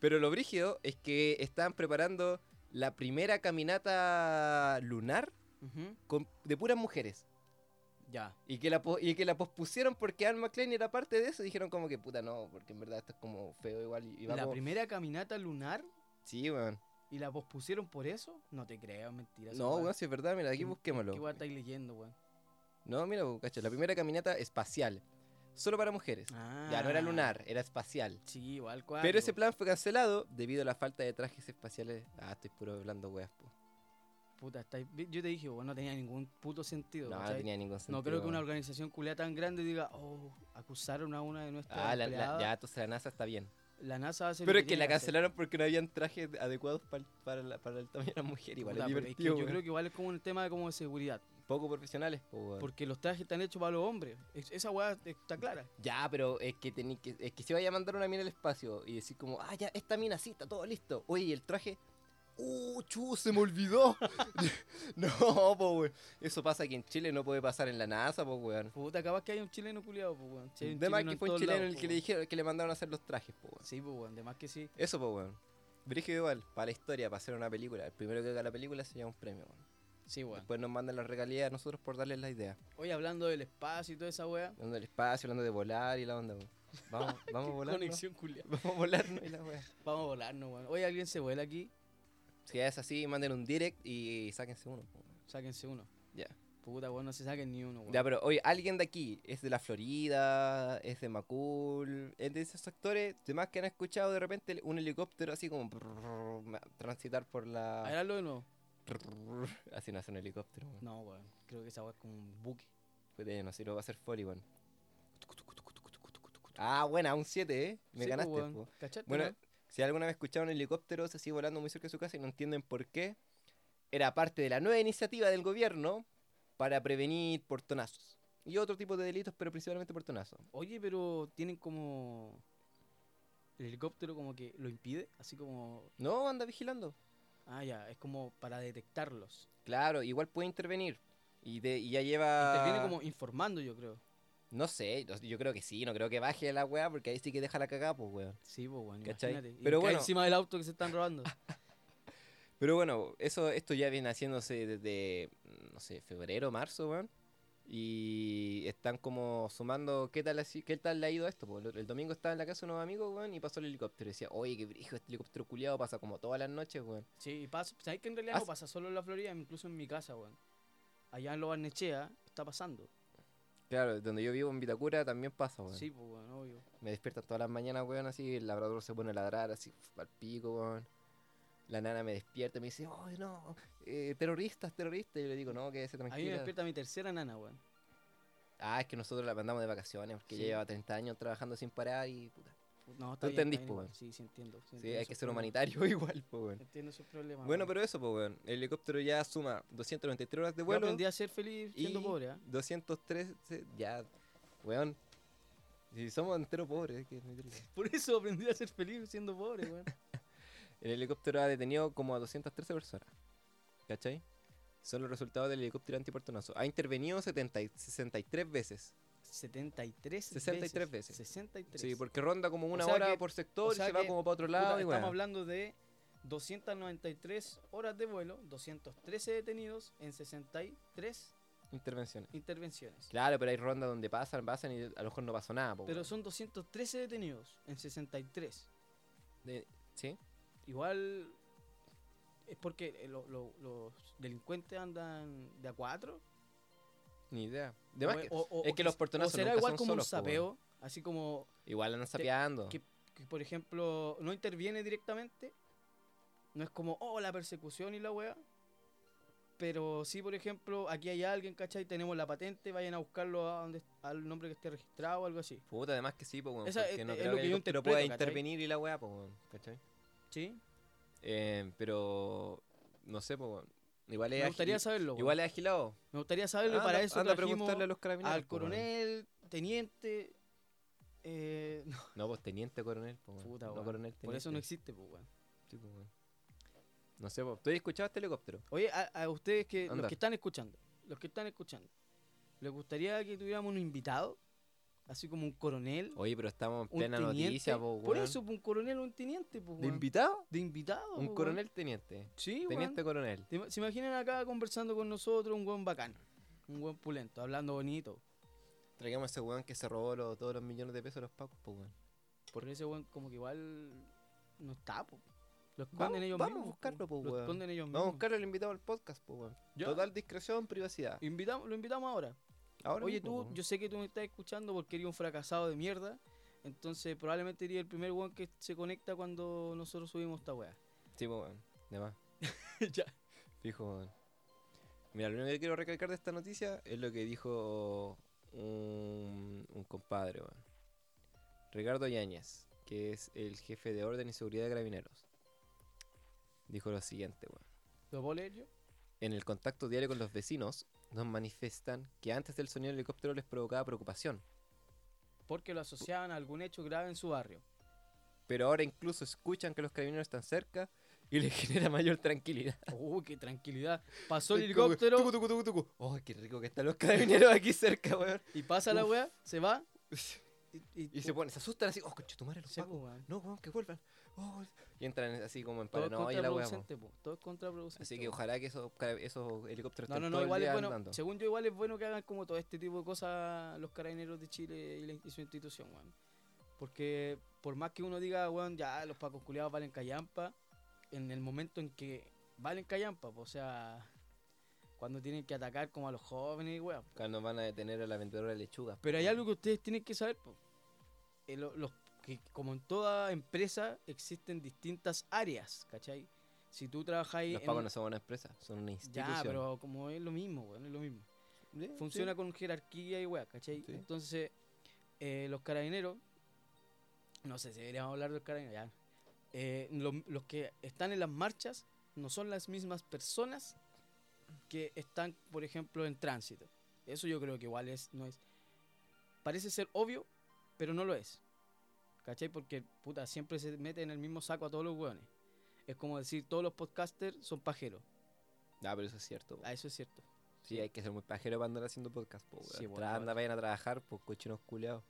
[SPEAKER 1] Pero lo brígido es que estaban preparando la primera caminata lunar
[SPEAKER 2] Ujú,
[SPEAKER 1] con- de puras mujeres.
[SPEAKER 2] Ya.
[SPEAKER 1] Y que, la, po- y que la pospusieron porque Anne McLean era parte de eso. Y dijeron como que puta no, porque en verdad esto es como feo igual. Y, y
[SPEAKER 2] la
[SPEAKER 1] vamos-
[SPEAKER 2] primera caminata lunar
[SPEAKER 1] Sí, weón.
[SPEAKER 2] y la pospusieron por eso. No te creo, mentira. esa
[SPEAKER 1] No,
[SPEAKER 2] weá.
[SPEAKER 1] weón, si es verdad, mira, aquí
[SPEAKER 2] ¿Qué-
[SPEAKER 1] busquémoslo.
[SPEAKER 2] ¿Qué weá estáis leyendo, weón?
[SPEAKER 1] No, mira, pues, cacho, la primera caminata espacial. Solo para mujeres. Ya no era
[SPEAKER 2] Ah, pues.
[SPEAKER 1] lunar, era espacial.
[SPEAKER 2] Sí, igual, cual.
[SPEAKER 1] Pero ese plan fue cancelado debido a la falta de trajes espaciales. Ah, estoy puro hablando weas, po.
[SPEAKER 2] Puta, estáis- vi- yo te dije, weón, no tenía ningún puto sentido.
[SPEAKER 1] No, no
[SPEAKER 2] ¿cachai?
[SPEAKER 1] tenía ningún sentido.
[SPEAKER 2] No creo que una
[SPEAKER 1] weón.
[SPEAKER 2] organización culia tan grande diga, oh, acusaron a una de nuestras.
[SPEAKER 1] Ah, la, la-
[SPEAKER 2] empleadas.
[SPEAKER 1] ya, entonces la NASA está bien.
[SPEAKER 2] La NASA hace. lo
[SPEAKER 1] Pero es que
[SPEAKER 2] tiene
[SPEAKER 1] la
[SPEAKER 2] hacer.
[SPEAKER 1] cancelaron porque no habían trajes adecuados para, para, la- para el tamaño de la mujer. Igual
[SPEAKER 2] Puta,
[SPEAKER 1] es
[SPEAKER 2] pero es que
[SPEAKER 1] divertido,
[SPEAKER 2] yo
[SPEAKER 1] weón.
[SPEAKER 2] creo que igual es como un tema de, como de seguridad.
[SPEAKER 1] Poco profesionales, po, weón.
[SPEAKER 2] Porque los trajes están hechos para los hombres. Es- esa weá está clara.
[SPEAKER 1] Ya, pero es que tení que es que si vaya a mandar una mina al espacio y decir como, ah, ya, esta mina sí, está todo listo. Oye, ¿y el traje... ¡Uh, chu! ¡Se me olvidó! no, po, weón. Eso pasa que en Chile no puede pasar en la NASA, po, weón.
[SPEAKER 2] Puta, capaz que hay un chileno culiado, pues, weón. Si hay un
[SPEAKER 1] De más
[SPEAKER 2] chileno
[SPEAKER 1] que
[SPEAKER 2] en
[SPEAKER 1] fue un
[SPEAKER 2] todos
[SPEAKER 1] chileno
[SPEAKER 2] lados,
[SPEAKER 1] el
[SPEAKER 2] po,
[SPEAKER 1] que le
[SPEAKER 2] weón.
[SPEAKER 1] dijeron, que le mandaron a hacer los trajes, po, weón.
[SPEAKER 2] Sí, pues, weón, de más que sí.
[SPEAKER 1] Eso, pues, weón. Brígido igual, para la historia, para hacer una película. El primero que haga la película se lleva un premio, weón.
[SPEAKER 2] Sí, weón.
[SPEAKER 1] Después nos mandan las regalías a nosotros por darles la idea.
[SPEAKER 2] Hoy hablando del espacio y toda esa weá.
[SPEAKER 1] Hablando del espacio, hablando de volar y la onda, weón. Vamos, vamos a volar.
[SPEAKER 2] Conexión culia.
[SPEAKER 1] Vamos a volarnos y la weá.
[SPEAKER 2] Vamos a volarnos, weón. Hoy alguien se vuela aquí,
[SPEAKER 1] Si es así, manden un direct y sáquense uno. po, weón.
[SPEAKER 2] sáquense uno.
[SPEAKER 1] Ya.
[SPEAKER 2] Puta, weón, no se saquen ni uno, weón.
[SPEAKER 1] Ya, pero oye, alguien de aquí es de la Florida, es de Macul, es de esos actores, demás que han escuchado de repente un helicóptero así como prrrr, ma- transitar por
[SPEAKER 2] A
[SPEAKER 1] la.
[SPEAKER 2] ver, hazlo de nuevo.
[SPEAKER 1] prrrr, Así no hace un helicóptero, weón.
[SPEAKER 2] No, weón. Creo que esa weá es como un buque.
[SPEAKER 1] Puta, ya no sirve, va a ser Folly, weón. Ah, buena, un 7, ¿eh? Me
[SPEAKER 2] Sí, po,
[SPEAKER 1] ganaste,
[SPEAKER 2] weón.
[SPEAKER 1] po.
[SPEAKER 2] ¿Cachaste,
[SPEAKER 1] Bueno,
[SPEAKER 2] weón?
[SPEAKER 1] si alguna vez escucharon helicópteros así volando muy cerca de su casa y no entienden por qué, era parte de la nueva iniciativa del gobierno para prevenir portonazos. Y otro tipo de delitos, pero principalmente portonazos.
[SPEAKER 2] Oye, pero tienen como. El helicóptero como que lo impide, así como.
[SPEAKER 1] No, anda vigilando.
[SPEAKER 2] Ah, ya, es como para detectarlos.
[SPEAKER 1] Claro, igual puede intervenir. Y, de, y ya lleva.
[SPEAKER 2] Interviene como informando, yo creo.
[SPEAKER 1] No sé, no- yo creo que sí, no creo que baje la weá, porque ahí sí que deja la cagada, pues weón.
[SPEAKER 2] Sí, pues, bueno,
[SPEAKER 1] ¿Cachai?
[SPEAKER 2] imagínate. Y
[SPEAKER 1] Pero
[SPEAKER 2] cae
[SPEAKER 1] bueno.
[SPEAKER 2] encima del auto que se están robando.
[SPEAKER 1] Pero bueno, eso, esto ya viene haciéndose desde, mm, no sé, febrero, marzo, weón. Y están como sumando qué tal, así, qué tal le ha ido a esto. po. El, el domingo estaba en la casa de unos amigos, weón, y pasó el helicóptero. Y decía, oye, qué brijo, este helicóptero culiado pasa como todas las noches, weón.
[SPEAKER 2] Sí, y pasa, ¿sabes que en realidad
[SPEAKER 1] Ah,
[SPEAKER 2] no
[SPEAKER 1] sí.
[SPEAKER 2] pasa solo en la Florida, incluso en mi casa, weón? Allá en Lo Barnechea está pasando.
[SPEAKER 1] Claro, donde yo vivo en Vitacura también pasa, weón.
[SPEAKER 2] Sí, pues, weón, obvio.
[SPEAKER 1] Me despiertan todas las mañanas, weón, así, el labrador se pone a ladrar, así, al pico, weón. La nana me despierta y me dice, oh, no, eh, terroristas, terroristas. Y yo le digo, no, quédese
[SPEAKER 2] A mí me
[SPEAKER 1] tranquila.
[SPEAKER 2] despierta mi tercera nana, weón.
[SPEAKER 1] Ah, es que nosotros la mandamos de vacaciones porque
[SPEAKER 2] Sí.
[SPEAKER 1] ella lleva 30 años trabajando sin parar y puta.
[SPEAKER 2] No,
[SPEAKER 1] Tú
[SPEAKER 2] está bien,
[SPEAKER 1] entendís,
[SPEAKER 2] está bien,
[SPEAKER 1] po,
[SPEAKER 2] igual.
[SPEAKER 1] weón.
[SPEAKER 2] Sí, sí, entiendo. sí,
[SPEAKER 1] Sí,
[SPEAKER 2] entiendo
[SPEAKER 1] hay que
[SPEAKER 2] sus
[SPEAKER 1] ser
[SPEAKER 2] problemas.
[SPEAKER 1] humanitario igual, pues weón.
[SPEAKER 2] Entiendo sus problemas.
[SPEAKER 1] Bueno,
[SPEAKER 2] weón.
[SPEAKER 1] pero eso, pues weón. El helicóptero ya suma 293 horas de
[SPEAKER 2] Yo
[SPEAKER 1] vuelo.
[SPEAKER 2] aprendí a ser feliz siendo
[SPEAKER 1] y
[SPEAKER 2] pobre, ¿ah?
[SPEAKER 1] 203, se- ya, weón. Si somos enteros pobres, hay que admitirlo.
[SPEAKER 2] Por eso aprendí a ser feliz siendo pobre, weón.
[SPEAKER 1] El helicóptero ha detenido como a 213 personas. ¿Cachai? Son los resultados del helicóptero antiportonazo. Ha intervenido 70 y- 63 veces.
[SPEAKER 2] 73
[SPEAKER 1] 63 veces.
[SPEAKER 2] 63.
[SPEAKER 1] Sí, porque ronda como una
[SPEAKER 2] sea
[SPEAKER 1] hora
[SPEAKER 2] que-
[SPEAKER 1] por sector
[SPEAKER 2] o
[SPEAKER 1] y
[SPEAKER 2] sea
[SPEAKER 1] se va
[SPEAKER 2] que,
[SPEAKER 1] como para otro
[SPEAKER 2] Puta,
[SPEAKER 1] lado. y
[SPEAKER 2] estamos
[SPEAKER 1] weón.
[SPEAKER 2] hablando de 293 horas de vuelo, 213 detenidos en 63
[SPEAKER 1] Intervenciones.
[SPEAKER 2] intervenciones.
[SPEAKER 1] Claro, pero hay rondas donde pasan, pasan y a lo mejor no pasó nada. po,
[SPEAKER 2] Pero
[SPEAKER 1] weón.
[SPEAKER 2] son 213 detenidos en 63.
[SPEAKER 1] De- ¿Sí?
[SPEAKER 2] Igual es porque eh, lo- lo- los delincuentes andan de a cuatro.
[SPEAKER 1] Ni idea. De más
[SPEAKER 2] o- e-
[SPEAKER 1] que,
[SPEAKER 2] o- o-
[SPEAKER 1] es
[SPEAKER 2] o
[SPEAKER 1] que
[SPEAKER 2] quiz-
[SPEAKER 1] los
[SPEAKER 2] O
[SPEAKER 1] portonazos
[SPEAKER 2] será
[SPEAKER 1] nunca
[SPEAKER 2] igual
[SPEAKER 1] son
[SPEAKER 2] como un
[SPEAKER 1] solos, po, weón.
[SPEAKER 2] sapeo, así como
[SPEAKER 1] Igual andan sapeando.
[SPEAKER 2] que- que por ejemplo no interviene directamente, no es como, oh, la persecución y la weá. Pero sí, por ejemplo, aquí hay alguien, ¿cachai? Tenemos la patente, vayan a buscarlo a donde, al nombre que esté registrado o algo así.
[SPEAKER 1] Puta, además que sí, po, weón,
[SPEAKER 2] Esa-
[SPEAKER 1] porque
[SPEAKER 2] es-
[SPEAKER 1] no
[SPEAKER 2] es
[SPEAKER 1] creo
[SPEAKER 2] lo
[SPEAKER 1] que
[SPEAKER 2] que
[SPEAKER 1] el
[SPEAKER 2] yo
[SPEAKER 1] helicóptero pueda
[SPEAKER 2] interpreto, ¿cachai?
[SPEAKER 1] intervenir y la weá, po, weón, ¿cachai?
[SPEAKER 2] ¿Sí?
[SPEAKER 1] Eh, pero, no sé, po, weón. Igual es
[SPEAKER 2] Me gustaría
[SPEAKER 1] agi-
[SPEAKER 2] saberlo. weón.
[SPEAKER 1] Igual es agilado.
[SPEAKER 2] Me gustaría saberlo y
[SPEAKER 1] Anda-
[SPEAKER 2] para eso
[SPEAKER 1] anda a
[SPEAKER 2] trajimos
[SPEAKER 1] preguntarle a los carabineros.
[SPEAKER 2] al
[SPEAKER 1] po, weón.
[SPEAKER 2] coronel, teniente. eh, no,
[SPEAKER 1] No, pues teniente coronel, po, weón.
[SPEAKER 2] Puta,
[SPEAKER 1] no,
[SPEAKER 2] weón.
[SPEAKER 1] coronel,
[SPEAKER 2] por eso no
[SPEAKER 1] teniente.
[SPEAKER 2] existe, pues, weón.
[SPEAKER 1] Sí, po, weón. No sé, po. ¿tú has escuchado este helicóptero?
[SPEAKER 2] Oye, a, a ustedes que
[SPEAKER 1] Anda.
[SPEAKER 2] los que están escuchando, los que están escuchando, ¿les gustaría que tuviéramos un invitado? Así como un coronel,
[SPEAKER 1] Oye, pero estamos en
[SPEAKER 2] un
[SPEAKER 1] plena
[SPEAKER 2] teniente.
[SPEAKER 1] noticia, po, weón.
[SPEAKER 2] Por eso, po, un coronel o un teniente, po,
[SPEAKER 1] ¿De
[SPEAKER 2] weón.
[SPEAKER 1] invitado?
[SPEAKER 2] De invitado. po,
[SPEAKER 1] Un
[SPEAKER 2] weón.
[SPEAKER 1] coronel teniente.
[SPEAKER 2] Sí, weón.
[SPEAKER 1] Teniente coronel.
[SPEAKER 2] ¿Te ima- ¿Se imaginan acá conversando con nosotros un buen bacán? Un buen pulento, hablando bonito.
[SPEAKER 1] Traigamos a ese weón que se robó los- todos los millones de pesos de los pacos, po, weón.
[SPEAKER 2] Porque ese weón como que igual no está, po. Lo esconden
[SPEAKER 1] Vamos-
[SPEAKER 2] ellos
[SPEAKER 1] vamos a
[SPEAKER 2] mismos.
[SPEAKER 1] buscarlo, po,
[SPEAKER 2] Lo
[SPEAKER 1] weón.
[SPEAKER 2] esconden ellos mismos.
[SPEAKER 1] Vamos a buscar al invitado al podcast, po, weón.
[SPEAKER 2] Ya.
[SPEAKER 1] Total discreción, privacidad.
[SPEAKER 2] Invitamos, lo invitamos ahora.
[SPEAKER 1] Ahora
[SPEAKER 2] Oye,
[SPEAKER 1] mismo, po,
[SPEAKER 2] tú,
[SPEAKER 1] weón.
[SPEAKER 2] yo sé que tú me estás escuchando porque eres un fracasado de mierda. Entonces, probablemente eres el primer weón que se conecta cuando nosotros subimos esta weá.
[SPEAKER 1] Sí, po, weón. De más.
[SPEAKER 2] ya.
[SPEAKER 1] Fijo, weón. Mira, lo único que quiero recalcar de esta noticia es lo que dijo un, un compadre, weón. Ricardo Yáñez, que es el jefe de orden y seguridad de carabineros. Dijo lo siguiente, weón.
[SPEAKER 2] ¿Lo puedo leer yo?
[SPEAKER 1] En el contacto diario con los vecinos, nos manifiestan que antes del sonido del helicóptero les provocaba preocupación.
[SPEAKER 2] Porque lo asociaban a algún hecho grave en su barrio.
[SPEAKER 1] pero ahora incluso escuchan que los carabineros están cerca y les genera mayor tranquilidad.
[SPEAKER 2] Uy, qué tranquilidad. Pasó el
[SPEAKER 1] Es como que
[SPEAKER 2] helicóptero
[SPEAKER 1] tucu, tucu, tucu, tucu. ¡Oh, qué rico que están los carabineros aquí cerca, weón!
[SPEAKER 2] y pasa la weá, se va. Y,
[SPEAKER 1] Y se ponen, se asustan así, ¡oh, coche, tu madre, los
[SPEAKER 2] Sí, po,
[SPEAKER 1] pacos!
[SPEAKER 2] weón.
[SPEAKER 1] ¡No, weón, que vuelvan! Oh. Y entran así como en
[SPEAKER 2] Todo es
[SPEAKER 1] paranoia la weón.
[SPEAKER 2] contraproducente, po. Todo es contraproducente.
[SPEAKER 1] Así que
[SPEAKER 2] po.
[SPEAKER 1] ojalá que esos, cara- esos helicópteros
[SPEAKER 2] No,
[SPEAKER 1] estén Pues todo
[SPEAKER 2] no, no,
[SPEAKER 1] el
[SPEAKER 2] igual es
[SPEAKER 1] día
[SPEAKER 2] bueno.
[SPEAKER 1] andando.
[SPEAKER 2] Según yo, igual es bueno que hagan como todo este tipo de cosas los carabineros de Chile y, la- y su institución, weón. Porque por más que uno diga, weón, ya los pacos culiados valen callampa, en el momento en que valen callampa, po, o sea, cuando tienen que atacar como a los jóvenes, weón.
[SPEAKER 1] Cuando van a detener a la vendedora de lechugas.
[SPEAKER 2] Pero hay
[SPEAKER 1] weón.
[SPEAKER 2] algo que ustedes tienen que saber, po. Eh, lo- los, que como en toda empresa existen distintas áreas, ¿cachai? Si tú trabajas
[SPEAKER 1] Los
[SPEAKER 2] en...
[SPEAKER 1] pagos no son una empresa, son una institución.
[SPEAKER 2] ya, pero como es lo mismo, weón, es lo mismo
[SPEAKER 1] Eh,
[SPEAKER 2] funciona
[SPEAKER 1] sí.
[SPEAKER 2] con jerarquía y weá, ¿cachai?
[SPEAKER 1] Sí.
[SPEAKER 2] Entonces, eh, los carabineros, no sé si deberíamos hablar de los carabineros, ya. Eh, lo- los que están en las marchas no son las mismas personas que están, por ejemplo, en tránsito. Eso yo creo que igual es, no es. Parece ser obvio, pero no lo es. ¿Cachai? Porque, puta, siempre se mete en el mismo saco a todos los hueones. Es como decir, todos los podcasters son pajeros.
[SPEAKER 1] Ah, pero eso es cierto. po.
[SPEAKER 2] Ah, eso es cierto.
[SPEAKER 1] Sí, hay que ser muy pajero para andar haciendo podcast, po, weón.
[SPEAKER 2] Sí, bueno,
[SPEAKER 1] Tra-
[SPEAKER 2] la
[SPEAKER 1] anda,
[SPEAKER 2] verdad.
[SPEAKER 1] vayan a trabajar, pues cochinos culeados.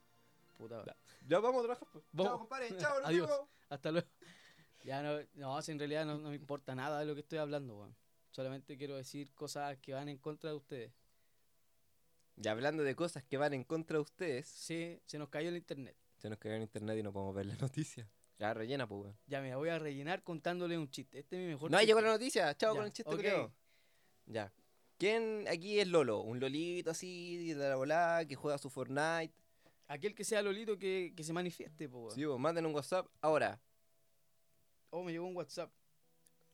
[SPEAKER 2] Puta.
[SPEAKER 1] Da. Ya vamos a trabajar, pues.
[SPEAKER 2] Vamos.
[SPEAKER 1] Chao, compadre. Chao, nos
[SPEAKER 2] Adiós.
[SPEAKER 1] vemos.
[SPEAKER 2] Hasta luego. Ya no, no, si en realidad no, no me importa nada de lo que estoy hablando, weón. Solamente quiero decir cosas que van en contra de ustedes.
[SPEAKER 1] Y hablando de cosas que van en contra de ustedes,
[SPEAKER 2] Sí, se nos cayó el internet.
[SPEAKER 1] se nos quedó en internet y no podemos ver la noticia. La rellena, pues, weón.
[SPEAKER 2] Ya, mira, voy a rellenar contándole un chiste. Este es mi mejor
[SPEAKER 1] No, ahí
[SPEAKER 2] chiste.
[SPEAKER 1] llegó la noticia. Chao
[SPEAKER 2] Ya,
[SPEAKER 1] con el chiste,
[SPEAKER 2] ok.
[SPEAKER 1] culiao. Ya. ¿Quién aquí es Lolo? Un Lolito así, de la volada, que juega su Fortnite.
[SPEAKER 2] Aquel que sea Lolito que, que se manifieste, po, weón.
[SPEAKER 1] Sí, pues, manden un WhatsApp. Ahora,
[SPEAKER 2] Oh, me llegó un WhatsApp.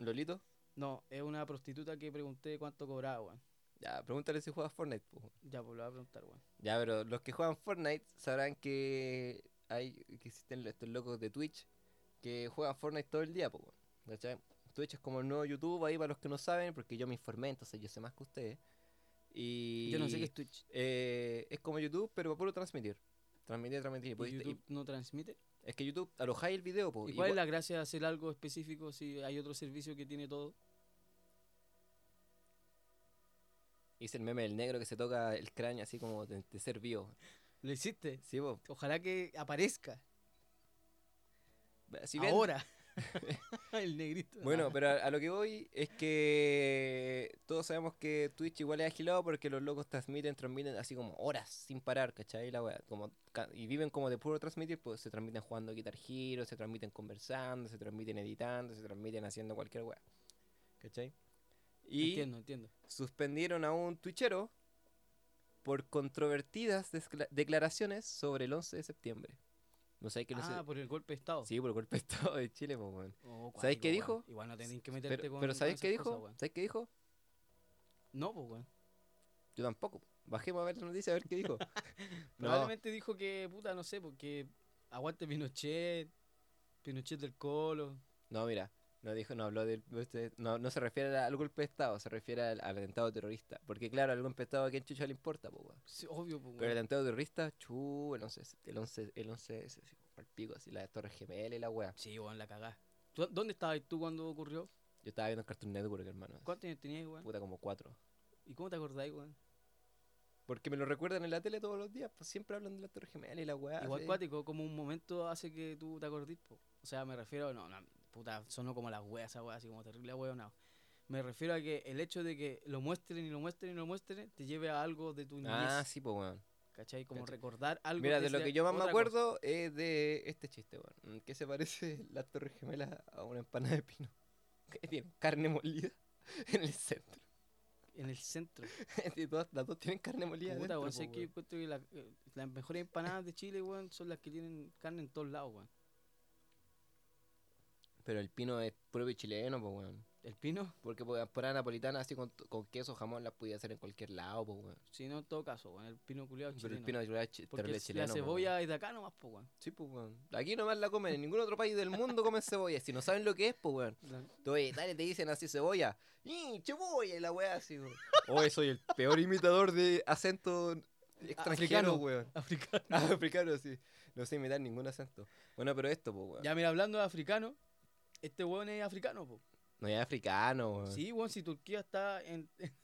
[SPEAKER 1] Lolito,
[SPEAKER 2] No, es una prostituta que pregunté cuánto cobraba, weón.
[SPEAKER 1] ya, pregúntale si juega Fortnite, pues.
[SPEAKER 2] Ya, pues lo voy a preguntar, weón.
[SPEAKER 1] Ya, pero los que juegan Fortnite sabrán que hay que existen estos locos de Twitch que juegan Fortnite todo el día, po, weón, ¿cachai? Twitch es como el nuevo YouTube ahí para los que no saben, porque yo me informé, entonces yo sé más que ustedes. Y
[SPEAKER 2] Yo no sé qué es Twitch.
[SPEAKER 1] eh, es como YouTube, pero para puro transmitir. Transmitir, transmitir. y
[SPEAKER 2] ¿Y
[SPEAKER 1] podéis- y-
[SPEAKER 2] YouTube no transmite?
[SPEAKER 1] es que YouTube alojáis el video, po,
[SPEAKER 2] ¿Y
[SPEAKER 1] y
[SPEAKER 2] cuál es
[SPEAKER 1] vo-
[SPEAKER 2] la gracia de hacer algo específico si hay otro servicio que tiene todo?
[SPEAKER 1] Hice el meme del negro que se toca el cráneo así como de, de ser vivo.
[SPEAKER 2] Lo hiciste.
[SPEAKER 1] Sí, po.
[SPEAKER 2] Ojalá que aparezca. Ah,
[SPEAKER 1] Si ven-
[SPEAKER 2] Ahora. el negrito. Ah.
[SPEAKER 1] Bueno, pero a, a lo que voy es que todos sabemos que Twitch igual es agilado porque los locos transmiten, transmiten así como horas sin parar, ¿cachai? La wea, como, ca- y viven como de puro transmitir, pues se transmiten jugando Guitar Hero, se transmiten conversando, se transmiten editando, se transmiten haciendo cualquier wea, ¿cachai? Y
[SPEAKER 2] Entiendo, entiendo.
[SPEAKER 1] suspendieron a un twitchero por controvertidas descla- declaraciones sobre el 11 de septiembre. No sé qué no
[SPEAKER 2] Ah,
[SPEAKER 1] sé.
[SPEAKER 2] por el golpe de Estado.
[SPEAKER 1] Sí, por el golpe de Estado de Chile, pues, weón.
[SPEAKER 2] Oh, cuático,
[SPEAKER 1] ¿Sabes qué
[SPEAKER 2] weón.
[SPEAKER 1] dijo?
[SPEAKER 2] Igual no tenéis que meterte
[SPEAKER 1] Pero,
[SPEAKER 2] con.
[SPEAKER 1] pero
[SPEAKER 2] con
[SPEAKER 1] ¿sabéis
[SPEAKER 2] esas
[SPEAKER 1] qué dijo?
[SPEAKER 2] cosas, weón.
[SPEAKER 1] ¿Sabéis qué dijo?
[SPEAKER 2] no, pues, weón.
[SPEAKER 1] Yo tampoco. Bajemos a ver la noticia a ver qué dijo. no,
[SPEAKER 2] Probablemente dijo que, puta, no sé, porque aguante Pinochet, Pinochet del Colo.
[SPEAKER 1] no, mira. No dijo, no habló del. este, No, no se refiere al golpe de Estado, se refiere al, al atentado terrorista. Porque, claro, al golpe de Estado a quién chucha le importa, po, weón.
[SPEAKER 2] Sí, obvio, pues,
[SPEAKER 1] Pero el
[SPEAKER 2] weón.
[SPEAKER 1] atentado terrorista, chu, el 11, el 11, el 11, ese, así, al pico, así, la Torre Gemela y la weá.
[SPEAKER 2] Sí, weón, la cagá. ¿Tú- ¿Dónde estabas tú cuando ocurrió?
[SPEAKER 1] Yo estaba viendo Cartoon Network, hermano.
[SPEAKER 2] ¿Cuántos años tenías, weón?
[SPEAKER 1] Puta, como cuatro.
[SPEAKER 2] ¿Y cómo te acordáis, weón?
[SPEAKER 1] Porque me lo recuerdan en la tele todos los días, pues siempre hablan de la Torre Gemela y la weá.
[SPEAKER 2] Igual
[SPEAKER 1] así.
[SPEAKER 2] cuático, como un momento hace que tú te acordís, po. O sea, me refiero, no, no, puta, sonó como las weas, esa wea, así como terrible wea, no. Me refiero a que el hecho de que lo muestren y lo muestren y lo muestren te lleve a algo de tu niñez,
[SPEAKER 1] Ah, sí, pues weón.
[SPEAKER 2] ¿cachai? Como
[SPEAKER 1] cachai.
[SPEAKER 2] recordar algo.
[SPEAKER 1] Mira, de lo
[SPEAKER 2] desde
[SPEAKER 1] que yo más me
[SPEAKER 2] otra
[SPEAKER 1] acuerdo es de este chiste, weón. Mm, ¿Qué se parece la Torre Gemela a una empanada de pino? Que tiene carne molida en el centro.
[SPEAKER 2] cosa, En el centro.
[SPEAKER 1] Y todas- las dos tienen carne molida.
[SPEAKER 2] Puta,
[SPEAKER 1] adentro,
[SPEAKER 2] weón,
[SPEAKER 1] po,
[SPEAKER 2] sé que
[SPEAKER 1] weón.
[SPEAKER 2] encuentro que la- eh, las mejores empanadas de Chile, weón, son las que tienen carne en todos lados, weón.
[SPEAKER 1] Pero el pino es propio chileno, pues weón.
[SPEAKER 2] El pino,
[SPEAKER 1] Porque pues, por la napolitana, así con, con queso, jamón, las podía hacer en cualquier lado, pues weón.
[SPEAKER 2] si no en todo caso, weón, el pino culiado
[SPEAKER 1] Pero
[SPEAKER 2] chileno.
[SPEAKER 1] el pino es chi-
[SPEAKER 2] porque
[SPEAKER 1] terrible
[SPEAKER 2] el-
[SPEAKER 1] chileno.
[SPEAKER 2] la
[SPEAKER 1] po, weón.
[SPEAKER 2] cebolla es de acá nomás, po, weón.
[SPEAKER 1] Sí, pues, weón. Aquí nomás la comen. En ningún otro país del mundo comen cebolla. Si no saben lo que es, pues, weón.
[SPEAKER 2] La-
[SPEAKER 1] Oye, dale, te dicen así cebolla. ¡Y cebolla! Y la weá así, weón. Oye, soy el peor imitador de acento
[SPEAKER 2] Africano.
[SPEAKER 1] extranjero, weón. Ah,
[SPEAKER 2] Africano.
[SPEAKER 1] Africano, sí. No sé imitar ningún acento. Bueno, pero esto, pues, weón.
[SPEAKER 2] Ya, mira, hablando de africano, este weón es africano, po.
[SPEAKER 1] No es africano, weón.
[SPEAKER 2] Sí, weón, si Turquía está en. en-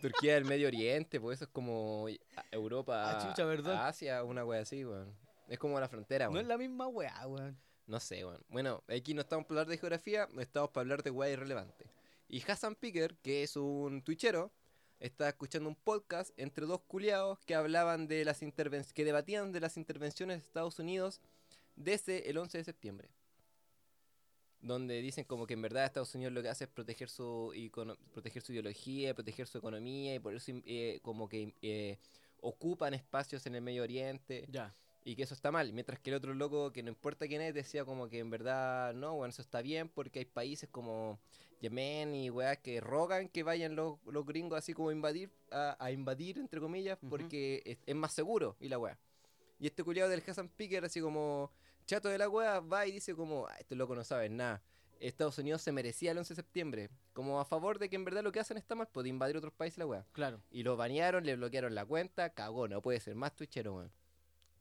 [SPEAKER 1] Turquía del Medio Oriente, pues eso es como a- Europa,
[SPEAKER 2] Ah, chucha, ¿verdad?
[SPEAKER 1] Asia, una weá así, weón. Es como la frontera,
[SPEAKER 2] no
[SPEAKER 1] weón.
[SPEAKER 2] es
[SPEAKER 1] No,
[SPEAKER 2] la misma weá, weón.
[SPEAKER 1] sé, weón. Bueno, aquí no estamos para hablar de geografía, estamos para hablar de weá irrelevante. Y Hassan Picker, que es un tuichero, estaba escuchando un podcast entre dos culiados que hablaban de las intervenciones, que debatían de las intervenciones de Estados Unidos desde el 11 de septiembre. Donde dicen como que en verdad Estados Unidos lo que hace es proteger su, icono- proteger su ideología, proteger su economía y por eso im- eh, como que eh, ocupan espacios en el Medio Oriente
[SPEAKER 2] Ya.
[SPEAKER 1] y que eso está mal. Mientras que el otro loco, que no importa quién es, decía como que en verdad no, bueno, eso está bien porque hay países como Yemen y weá que rogan que vayan los, los gringos así como a invadir, a, a invadir, entre comillas,
[SPEAKER 2] Ujú.
[SPEAKER 1] porque es, es más seguro y la weá. Y este culiado del Hassan Picker, así como chato de la weá, va y dice como, "Ah, este loco no sabe nada. Estados Unidos se merecía el 11 de septiembre, como a favor de que en verdad lo que hacen está mal, puede invadir otros países y la weá.
[SPEAKER 2] Claro.
[SPEAKER 1] Y lo banearon, le bloquearon la cuenta, cagó, no puede ser más twitchero, weón.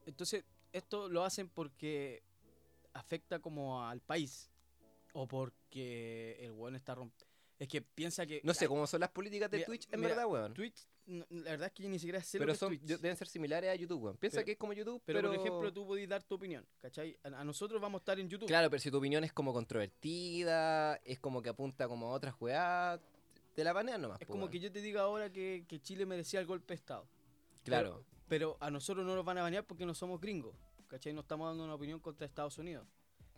[SPEAKER 2] Entonces, esto lo hacen porque afecta como al país. o porque el weón está rompiendo. Es que piensa que.
[SPEAKER 1] No sé
[SPEAKER 2] Ay,
[SPEAKER 1] cómo son las políticas de
[SPEAKER 2] Ah, Mira,
[SPEAKER 1] Twitch, en
[SPEAKER 2] mira,
[SPEAKER 1] verdad, weón.
[SPEAKER 2] Twitch, no, la verdad es que yo ni siquiera sé lo
[SPEAKER 1] Pero
[SPEAKER 2] que es
[SPEAKER 1] son,
[SPEAKER 2] Twitch.
[SPEAKER 1] yo- deben ser similares a YouTube, weón. Piensa
[SPEAKER 2] Pero-
[SPEAKER 1] que es como YouTube,
[SPEAKER 2] Pero,
[SPEAKER 1] pero...
[SPEAKER 2] por ejemplo, tú podés dar tu opinión, ¿cachai? A, a nosotros vamos a estar en YouTube.
[SPEAKER 1] Claro, pero si tu opinión es como controvertida, es como que apunta como a otras jugadas, te la banean nomás.
[SPEAKER 2] es
[SPEAKER 1] po,
[SPEAKER 2] como
[SPEAKER 1] weón.
[SPEAKER 2] que yo te diga ahora que, que Chile merecía el golpe de Estado.
[SPEAKER 1] Claro,
[SPEAKER 2] Pero a nosotros no nos van a banear porque no somos gringos, ¿cachai? No estamos dando una opinión contra Estados Unidos.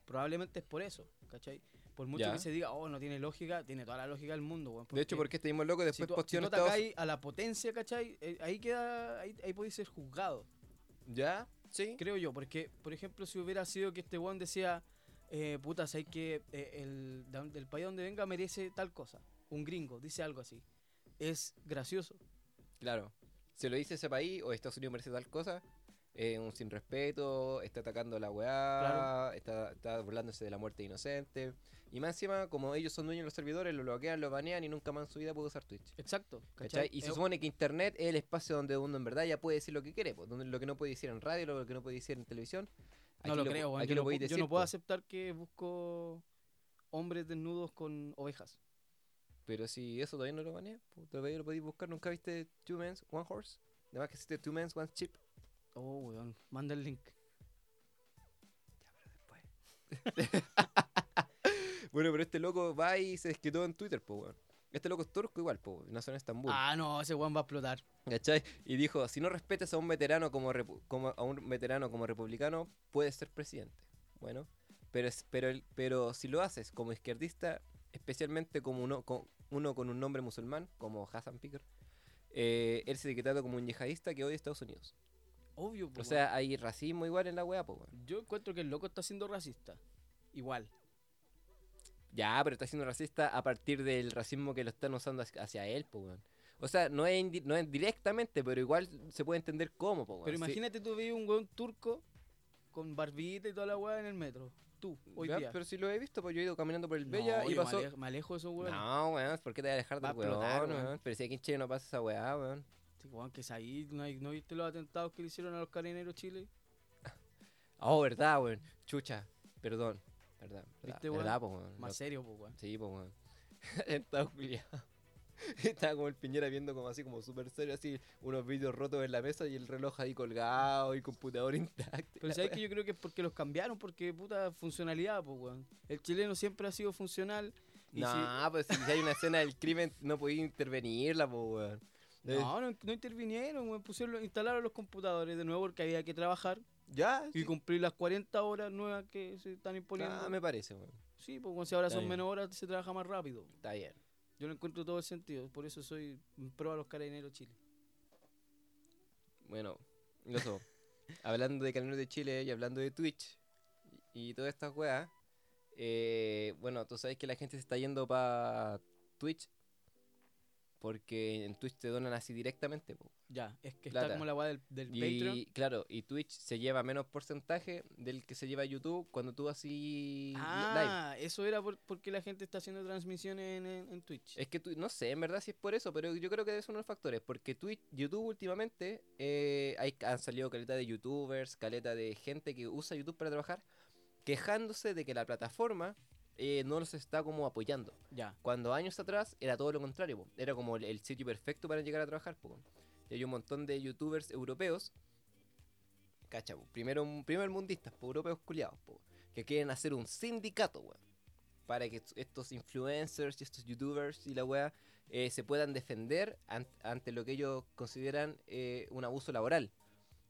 [SPEAKER 2] Probablemente es por eso, ¿cachai? Por mucho
[SPEAKER 1] Ya.
[SPEAKER 2] que se diga, oh, no tiene lógica, tiene toda la lógica del mundo, weón.
[SPEAKER 1] de hecho, porque este mismo loco
[SPEAKER 2] si
[SPEAKER 1] después
[SPEAKER 2] tú, si
[SPEAKER 1] posteó en
[SPEAKER 2] tú
[SPEAKER 1] Estados
[SPEAKER 2] atacáis a la potencia, ¿cachai? Eh, ahí queda, ahí, ahí podéis ser juzgado.
[SPEAKER 1] ¿Ya? Sí.
[SPEAKER 2] Creo yo, porque, por ejemplo, si hubiera sido que este weón decía, eh, puta, hay que eh, el da- del país donde venga merece tal cosa. Un gringo, dice algo así. Es gracioso.
[SPEAKER 1] Claro. Se lo dice ese país o Estados Unidos merece tal cosa. eh, un sin respeto, está atacando a la weá,
[SPEAKER 2] Claro.
[SPEAKER 1] está, está burlándose de la muerte de inocente. Y más encima, como ellos son dueños de los servidores, lo bloquean, lo banean y nunca más en su vida puede usar Twitch.
[SPEAKER 2] Exacto.
[SPEAKER 1] ¿Cachai? Y
[SPEAKER 2] Es-
[SPEAKER 1] se supone que Internet es el espacio donde uno en verdad ya puede decir lo que quiere, po, donde lo que no puede decir en radio, lo que no puede decir en televisión.
[SPEAKER 2] No
[SPEAKER 1] aquí
[SPEAKER 2] lo
[SPEAKER 1] po-
[SPEAKER 2] creo, weón.
[SPEAKER 1] aquí
[SPEAKER 2] Yo,
[SPEAKER 1] lo
[SPEAKER 2] no,
[SPEAKER 1] podéis
[SPEAKER 2] pu- yo
[SPEAKER 1] decir, pues.
[SPEAKER 2] no puedo
[SPEAKER 1] po.
[SPEAKER 2] aceptar que busco hombres desnudos con ovejas.
[SPEAKER 1] Pero si eso todavía no lo banean, po, todavía lo podéis buscar. ¿Nunca viste Two Men's, One Horse? Además que existe Two Men's, One Chip.
[SPEAKER 2] Oh, weón. Manda el link.
[SPEAKER 1] Bueno, pero este loco va y se desquitó en Twitter, po, weón. Este loco es turco igual, po, nació en Estambul.
[SPEAKER 2] Ah, no, ese weón va a explotar.
[SPEAKER 1] ¿Cachai? Y dijo, si no respetas a un veterano como, repu- como- a un veterano como republicano, puedes ser presidente. Bueno, pero, es- pero, el- pero si lo haces como izquierdista, especialmente como uno con, uno con un nombre musulmán, como Hassan Picker, eh, él es etiquetado como un yihadista que odia a Estados Unidos.
[SPEAKER 2] Obvio, po,
[SPEAKER 1] O
[SPEAKER 2] weón.
[SPEAKER 1] sea, hay racismo igual en la weá, po, weón.
[SPEAKER 2] Yo encuentro que el loco está siendo racista. Igual.
[SPEAKER 1] Ya, pero está siendo racista a partir del racismo que lo están usando hacia- hacia él, po, weón. O sea, no es, indi- no es directamente, pero igual se puede entender cómo, po, weón.
[SPEAKER 2] Pero
[SPEAKER 1] Sí.
[SPEAKER 2] imagínate tú veis un weón turco con barbita y toda la weá en el metro. Tú, hoy
[SPEAKER 1] Ya,
[SPEAKER 2] día.
[SPEAKER 1] Pero si lo he visto, pues yo he ido caminando por el
[SPEAKER 2] No,
[SPEAKER 1] Bella y
[SPEAKER 2] yo me
[SPEAKER 1] pasó...
[SPEAKER 2] alejo- Me alejo de esos weones.
[SPEAKER 1] No, weón, ¿por qué te vas a dejar
[SPEAKER 2] Va a
[SPEAKER 1] del weón,
[SPEAKER 2] explotar, weón.
[SPEAKER 1] weón? Pero si aquí en Chile no pasa esa weá, weón.
[SPEAKER 2] Sí, weón, que es ahí. ¿No, hay- no viste los atentados que le hicieron a los carabineros Chile?
[SPEAKER 1] Oh, verdad, weón. Chucha, perdón. Verdad, verdad,
[SPEAKER 2] ¿Viste, weón?
[SPEAKER 1] verdad, po, weón.
[SPEAKER 2] Más
[SPEAKER 1] Lo-
[SPEAKER 2] serio, po, weón.
[SPEAKER 1] Sí, pues, weón. Estaba culiado. Estaba como el Piñera viendo como así, como súper serio, así, unos vídeos rotos en la mesa y el reloj ahí colgado y computador intacto.
[SPEAKER 2] Pero
[SPEAKER 1] La
[SPEAKER 2] sabes que yo creo que es porque los cambiaron, porque puta funcionalidad, po, weón. El chileno siempre ha sido funcional. Y
[SPEAKER 1] No,
[SPEAKER 2] si-
[SPEAKER 1] pues si hay una escena del crimen, no podía intervenirla, pues, weón. Eh,
[SPEAKER 2] no, no, no intervinieron, weón. Pusieron, instalaron los computadores de nuevo porque había que trabajar
[SPEAKER 1] Ya,
[SPEAKER 2] y
[SPEAKER 1] sí.
[SPEAKER 2] cumplir las 40 horas nuevas que se están imponiendo.
[SPEAKER 1] Ah, me parece, weón.
[SPEAKER 2] Sí, pues si ahora
[SPEAKER 1] Está
[SPEAKER 2] son
[SPEAKER 1] bien.
[SPEAKER 2] menos horas, se trabaja más rápido.
[SPEAKER 1] Está bien.
[SPEAKER 2] Yo lo encuentro todo el sentido, por eso soy en pro a los carabineros Chile.
[SPEAKER 1] Bueno, loco, hablando de Caminos de Chile y hablando de Twitch y, y todas estas weas, eh, bueno, tú sabes que la gente se está yendo para Twitch porque en Twitch te donan así directamente. po.
[SPEAKER 2] Ya, es que
[SPEAKER 1] Plata.
[SPEAKER 2] está como la weá del, del Patreon.
[SPEAKER 1] Y claro, y Twitch se lleva menos porcentaje del que se lleva YouTube cuando tú así li- live.
[SPEAKER 2] Ah, eso era por- porque la gente está haciendo transmisiones en, en- en Twitch.
[SPEAKER 1] Es que tú, no sé, en verdad si es por eso, pero yo creo que es uno de los factores, porque Twitch, YouTube últimamente eh, hay, han salido caleta de youtubers, caleta de gente que usa YouTube para trabajar, quejándose de que la plataforma eh, no los está como apoyando.
[SPEAKER 2] Ya,
[SPEAKER 1] Cuando años atrás era todo lo contrario, po. era como el, el sitio perfecto para llegar a trabajar. po. Y hay un montón de youtubers europeos, cacha, po, primero primer mundistas, po, europeos culiados, po, que quieren hacer un sindicato, weón, para que est- estos influencers y estos youtubers y la weá eh, se puedan defender an- ante lo que ellos consideran eh, un abuso laboral.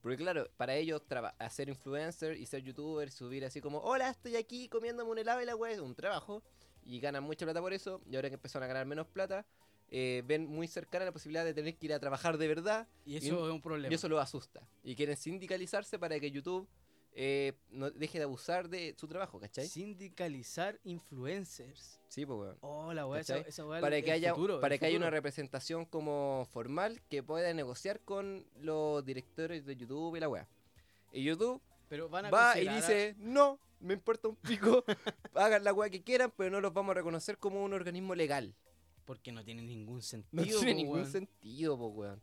[SPEAKER 1] Porque claro, para ellos traba- hacer influencer y ser youtuber, subir así como, hola, estoy aquí comiéndome un helado y la weá es un trabajo y ganan mucha plata por eso, y ahora que empezaron a ganar menos plata, eh, ven muy cercana la posibilidad de tener que ir a trabajar de verdad,
[SPEAKER 2] y
[SPEAKER 1] y
[SPEAKER 2] eso
[SPEAKER 1] un-
[SPEAKER 2] es un problema.
[SPEAKER 1] y eso los asusta. Y quieren sindicalizarse para que YouTube eh, no deje de abusar de su trabajo, ¿cachai? Sí,
[SPEAKER 2] Sindicalizar influencers.
[SPEAKER 1] pues weón.
[SPEAKER 2] Oh, la weá, esa,
[SPEAKER 1] ¿Cachai?
[SPEAKER 2] esa weá.
[SPEAKER 1] Para
[SPEAKER 2] el-
[SPEAKER 1] que,
[SPEAKER 2] el
[SPEAKER 1] haya,
[SPEAKER 2] futuro,
[SPEAKER 1] para
[SPEAKER 2] el
[SPEAKER 1] que haya
[SPEAKER 2] futuro.
[SPEAKER 1] una representación como formal que pueda negociar con los directores de YouTube y la weá. Y YouTube
[SPEAKER 2] Pero van a
[SPEAKER 1] va y
[SPEAKER 2] considerar a-
[SPEAKER 1] dice, no, me importa un pico, hagan la weá que quieran, pero no los vamos a reconocer como un organismo legal.
[SPEAKER 2] Porque no tiene ningún sentido.
[SPEAKER 1] No tiene
[SPEAKER 2] po,
[SPEAKER 1] ningún
[SPEAKER 2] weón.
[SPEAKER 1] sentido, po, weón.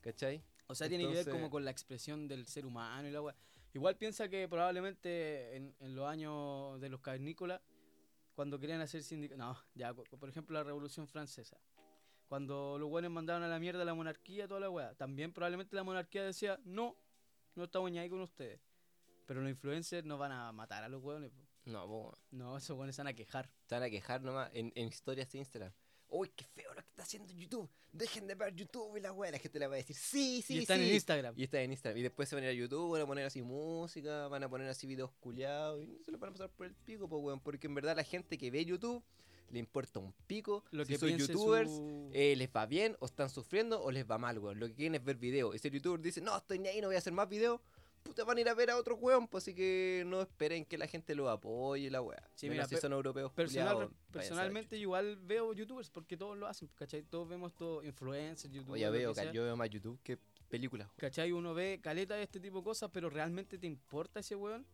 [SPEAKER 1] ¿Cachai?
[SPEAKER 2] O sea, tiene que ver como
[SPEAKER 1] Entonces-
[SPEAKER 2] con la expresión del ser humano y la weá. Igual piensa que probablemente en, en los años de los cavernícolas, cuando querían hacer sindicato. No, ya, cu- por ejemplo, la Revolución Francesa. Cuando los buenos mandaron a la mierda la monarquía, toda la weá. También probablemente la monarquía decía, no, no estamos ni ahí con ustedes. Pero los influencers no van a matar a los weones. po.
[SPEAKER 1] No, po,
[SPEAKER 2] No, esos weones se van a quejar.
[SPEAKER 1] se van a quejar nomás en, en historias de Instagram. Uy, qué feo lo que está haciendo YouTube. Dejen de ver YouTube y la weá. La gente le va a decir, sí, sí,
[SPEAKER 2] y están
[SPEAKER 1] sí.
[SPEAKER 2] en Instagram.
[SPEAKER 1] Y está en Instagram. Y después se van a ir a YouTube, van a poner así música, van a poner así videos culiados. Y se lo van a pasar por el pico, po, weón. Porque en verdad la gente que ve YouTube le importa un pico.
[SPEAKER 2] Lo
[SPEAKER 1] si
[SPEAKER 2] que
[SPEAKER 1] son
[SPEAKER 2] piense
[SPEAKER 1] youtubers,
[SPEAKER 2] su-
[SPEAKER 1] eh, les va bien, o están sufriendo, o les va mal, weón. Lo que quieren es ver videos. Y si el youtuber dice, no, estoy ni ahí, no voy a hacer más videos. Puta, van a ir a ver a otro weón, pues así que no esperen que la gente lo apoye, la weá.
[SPEAKER 2] Sí,
[SPEAKER 1] Menos
[SPEAKER 2] mira,
[SPEAKER 1] si
[SPEAKER 2] pe-
[SPEAKER 1] son europeos
[SPEAKER 2] Personal-
[SPEAKER 1] culiados, váyanse a la
[SPEAKER 2] personalmente yo igual veo youtubers porque todos lo hacen, ¿cachai? Todos vemos todo, influencers,
[SPEAKER 1] chucha.
[SPEAKER 2] youtubers.
[SPEAKER 1] Oye,
[SPEAKER 2] lo que
[SPEAKER 1] veo,
[SPEAKER 2] sea,
[SPEAKER 1] cal- yo veo más YouTube que películas. weón.
[SPEAKER 2] ¿Cachai? Uno ve caleta de este tipo de cosas, pero ¿realmente te importa ese weón?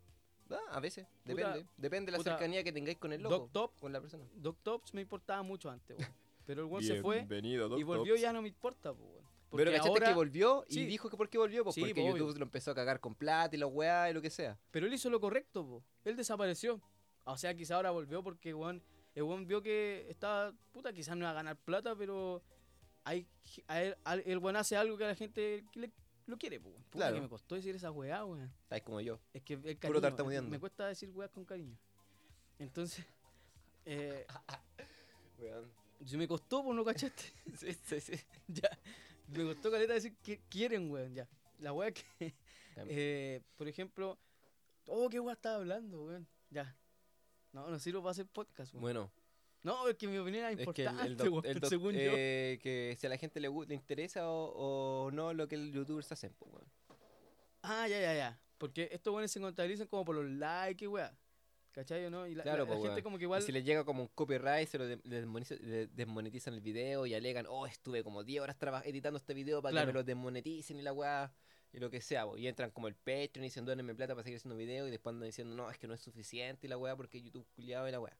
[SPEAKER 1] Ah, a veces,
[SPEAKER 2] Puta-
[SPEAKER 1] depende. Depende de la
[SPEAKER 2] puta,
[SPEAKER 1] cercanía que tengáis con el loco.
[SPEAKER 2] Doc Top,
[SPEAKER 1] Con la persona.
[SPEAKER 2] Doc Tops me importaba mucho antes, weón. Pero el weón se fue
[SPEAKER 1] Bienvenido,
[SPEAKER 2] y volvió y ya no me importa, po, weón. Porque
[SPEAKER 1] Pero cachaste
[SPEAKER 2] ahora-
[SPEAKER 1] que volvió y
[SPEAKER 2] Sí.
[SPEAKER 1] dijo que por qué volvió, pues
[SPEAKER 2] Sí,
[SPEAKER 1] porque
[SPEAKER 2] pues,
[SPEAKER 1] YouTube
[SPEAKER 2] obvio.
[SPEAKER 1] lo empezó a cagar con plata y la weá y lo que sea.
[SPEAKER 2] Pero él hizo lo correcto, po. Él desapareció. O sea, quizá ahora volvió porque weón, el weón vio que estaba. Puta, quizás no iba a ganar plata, pero hay, a él- al- el weón hace algo que a la gente que le- lo quiere, po. weón. Puta,
[SPEAKER 1] Claro.
[SPEAKER 2] que me costó decir esa weá, weón.
[SPEAKER 1] Estáis como yo.
[SPEAKER 2] Es que el cariño,
[SPEAKER 1] tartamudeando.
[SPEAKER 2] Me cuesta decir weas con cariño. Entonces. eh,
[SPEAKER 1] Weón.
[SPEAKER 2] se me costó, pues no cachaste.
[SPEAKER 1] Sí, sí, sí.
[SPEAKER 2] ya. Me costó caleta decir que quieren, weón, ya. La weá que.
[SPEAKER 1] También.
[SPEAKER 2] eh, por ejemplo. Oh, qué weá estaba hablando, weón. Ya. No, no sirvo para hacer podcast, weón.
[SPEAKER 1] Bueno,
[SPEAKER 2] No, es que mi opinión era
[SPEAKER 1] es que el,
[SPEAKER 2] importante,
[SPEAKER 1] el doc-
[SPEAKER 2] weón,
[SPEAKER 1] el doc-
[SPEAKER 2] según yo.
[SPEAKER 1] eh, que si a la gente le, gu- le interesa o, o no lo que los youtubers hacen, pues weón.
[SPEAKER 2] Ah, ya, ya, ya. Porque estos weones se contabilizan como por los likes, y weá. ¿Cachai o no? Y la,
[SPEAKER 1] Claro,
[SPEAKER 2] la- la
[SPEAKER 1] pues,
[SPEAKER 2] gente
[SPEAKER 1] weón.
[SPEAKER 2] como que
[SPEAKER 1] Y
[SPEAKER 2] igual.
[SPEAKER 1] si les llega como un copyright, se lo de- le desmoniza- le desmonetizan el video y alegan, oh, estuve como 10 horas traba- editando este video para
[SPEAKER 2] Claro.
[SPEAKER 1] que me lo desmoneticen y la weá, y lo que sea, po. y entran como el Patreon y dicen, mi plata para seguir haciendo video, y después andan diciendo, no, es que no es suficiente y la weá, porque YouTube culiado y la weá.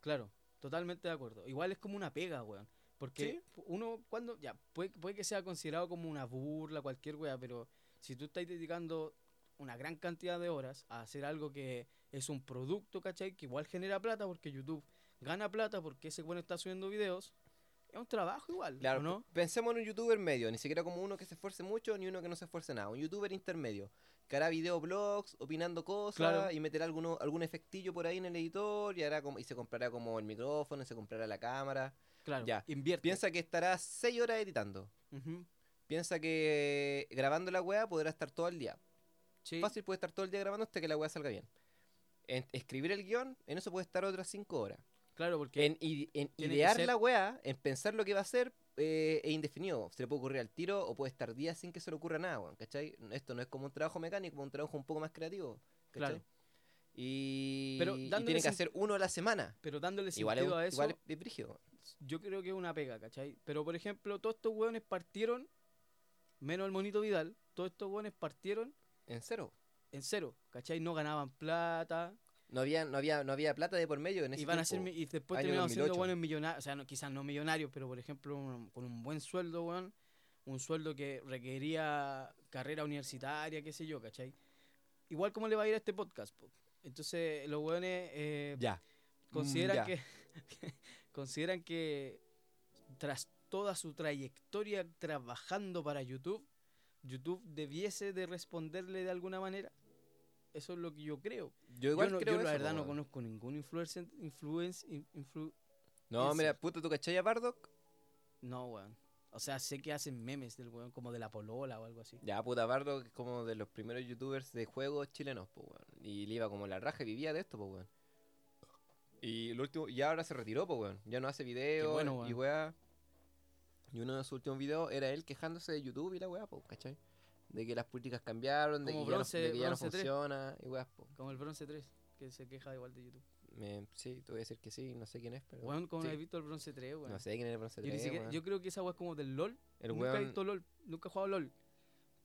[SPEAKER 2] Claro, totalmente de acuerdo. Igual es como una pega, weón. Porque uno, cuando, ya, puede, puede que sea considerado como una burla, cualquier weá, pero si tú estás dedicando una gran cantidad de horas a hacer algo que es un producto, ¿cachai? Que igual genera plata porque YouTube gana plata porque ese weón está subiendo videos. Es un trabajo igual, ¿o
[SPEAKER 1] Claro,
[SPEAKER 2] ¿no?
[SPEAKER 1] p- pensemos en un youtuber medio, ni siquiera como uno que se esfuerce mucho ni uno que no se esfuerce nada, un youtuber intermedio, que hará videoblogs, opinando cosas
[SPEAKER 2] Claro.
[SPEAKER 1] y meterá alguno, algún efectillo por ahí en el editor y, hará como, y se comprará como el micrófono, y se comprará la cámara.
[SPEAKER 2] Claro,
[SPEAKER 1] ya.
[SPEAKER 2] invierte.
[SPEAKER 1] Piensa que estará 6 horas editando.
[SPEAKER 2] Ujú,
[SPEAKER 1] Piensa que grabando la weá podrá estar todo el día.
[SPEAKER 2] sí.
[SPEAKER 1] Fácil puede estar todo el día grabando hasta que la weá salga bien. En escribir el guión, en eso puede estar otras 5 horas.
[SPEAKER 2] Claro, porque
[SPEAKER 1] En, ide- en
[SPEAKER 2] Tiene que
[SPEAKER 1] idear
[SPEAKER 2] ser-
[SPEAKER 1] la weá, en pensar lo que va a hacer, eh, es indefinido. Se le puede ocurrir al tiro o puede estar días sin que se le ocurra nada, weón, ¿cachai? Esto no es como un trabajo mecánico, como un trabajo un poco más creativo. ¿cachai?
[SPEAKER 2] Claro.
[SPEAKER 1] Y,
[SPEAKER 2] Pero
[SPEAKER 1] y
[SPEAKER 2] dándole
[SPEAKER 1] tiene que
[SPEAKER 2] sen-
[SPEAKER 1] hacer uno a la semana.
[SPEAKER 2] pero dándole sentido
[SPEAKER 1] Igual es, un-
[SPEAKER 2] a eso,
[SPEAKER 1] igual es- es brígido.
[SPEAKER 2] yo creo que es una pega, ¿cachai? Pero por ejemplo, todos estos hueones partieron, menos el monito Vidal, todos estos hueones partieron
[SPEAKER 1] En cero.
[SPEAKER 2] en cero, ¿cachai? No ganaban plata
[SPEAKER 1] No había, no había, no había plata de por medio en ese
[SPEAKER 2] y, van a ser,
[SPEAKER 1] tiempo.
[SPEAKER 2] mi- y después
[SPEAKER 1] año
[SPEAKER 2] terminaron siendo
[SPEAKER 1] 2008.
[SPEAKER 2] hueones millonarios, o sea, no, quizás no millonarios, pero por ejemplo, un- con un buen sueldo, hueón, un sueldo que requería carrera universitaria, qué sé yo, ¿cachai? Igual como le va a ir a este podcast, po. Entonces, los hueones eh,
[SPEAKER 1] Ya.
[SPEAKER 2] consideran
[SPEAKER 1] Mm, Ya.
[SPEAKER 2] que, consideran que tras toda su trayectoria trabajando para YouTube, YouTube debiese de responderle de alguna manera. Eso es lo que yo creo.
[SPEAKER 1] Yo igual
[SPEAKER 2] yo no-
[SPEAKER 1] creo
[SPEAKER 2] yo la
[SPEAKER 1] eso,
[SPEAKER 2] verdad
[SPEAKER 1] po,
[SPEAKER 2] no
[SPEAKER 1] weón.
[SPEAKER 2] conozco ningún influencer, influence, in- influ-
[SPEAKER 1] No,
[SPEAKER 2] Eso.
[SPEAKER 1] mira, puta, ¿tú cachai a Bardock?
[SPEAKER 2] no, weón. O sea, sé que hacen memes del weón, como de la polola o algo así.
[SPEAKER 1] Ya, puta, Bardock es como de los primeros youtubers de juegos chilenos, pues, weón. Y le iba como la raja y vivía de esto, pues, weón. Y el último, y ahora se retiró, pues, weón. Ya no hace videos
[SPEAKER 2] bueno,
[SPEAKER 1] y
[SPEAKER 2] weón.
[SPEAKER 1] weá. Y uno de sus últimos videos era él quejándose de YouTube y la weá, pues, ¿cachai? De que las políticas cambiaron, de que,
[SPEAKER 2] Como Bronce-
[SPEAKER 1] ya, no, de que ya no
[SPEAKER 2] Bronce tres.
[SPEAKER 1] funciona y weá, pues.
[SPEAKER 2] Como el Bronce 3, que se queja igual de YouTube.
[SPEAKER 1] Me- Sí, te voy a decir que sí, no sé quién es, pero.
[SPEAKER 2] Weón, como
[SPEAKER 1] sí.
[SPEAKER 2] no he visto el Bronce 3, weón.
[SPEAKER 1] No sé quién es el Bronce
[SPEAKER 2] yo, ni
[SPEAKER 1] tres,
[SPEAKER 2] siquiera-
[SPEAKER 1] weón.
[SPEAKER 2] yo creo que esa weón es como del LOL.
[SPEAKER 1] El
[SPEAKER 2] nunca he
[SPEAKER 1] weón-
[SPEAKER 2] visto LOL, nunca he jugado LOL.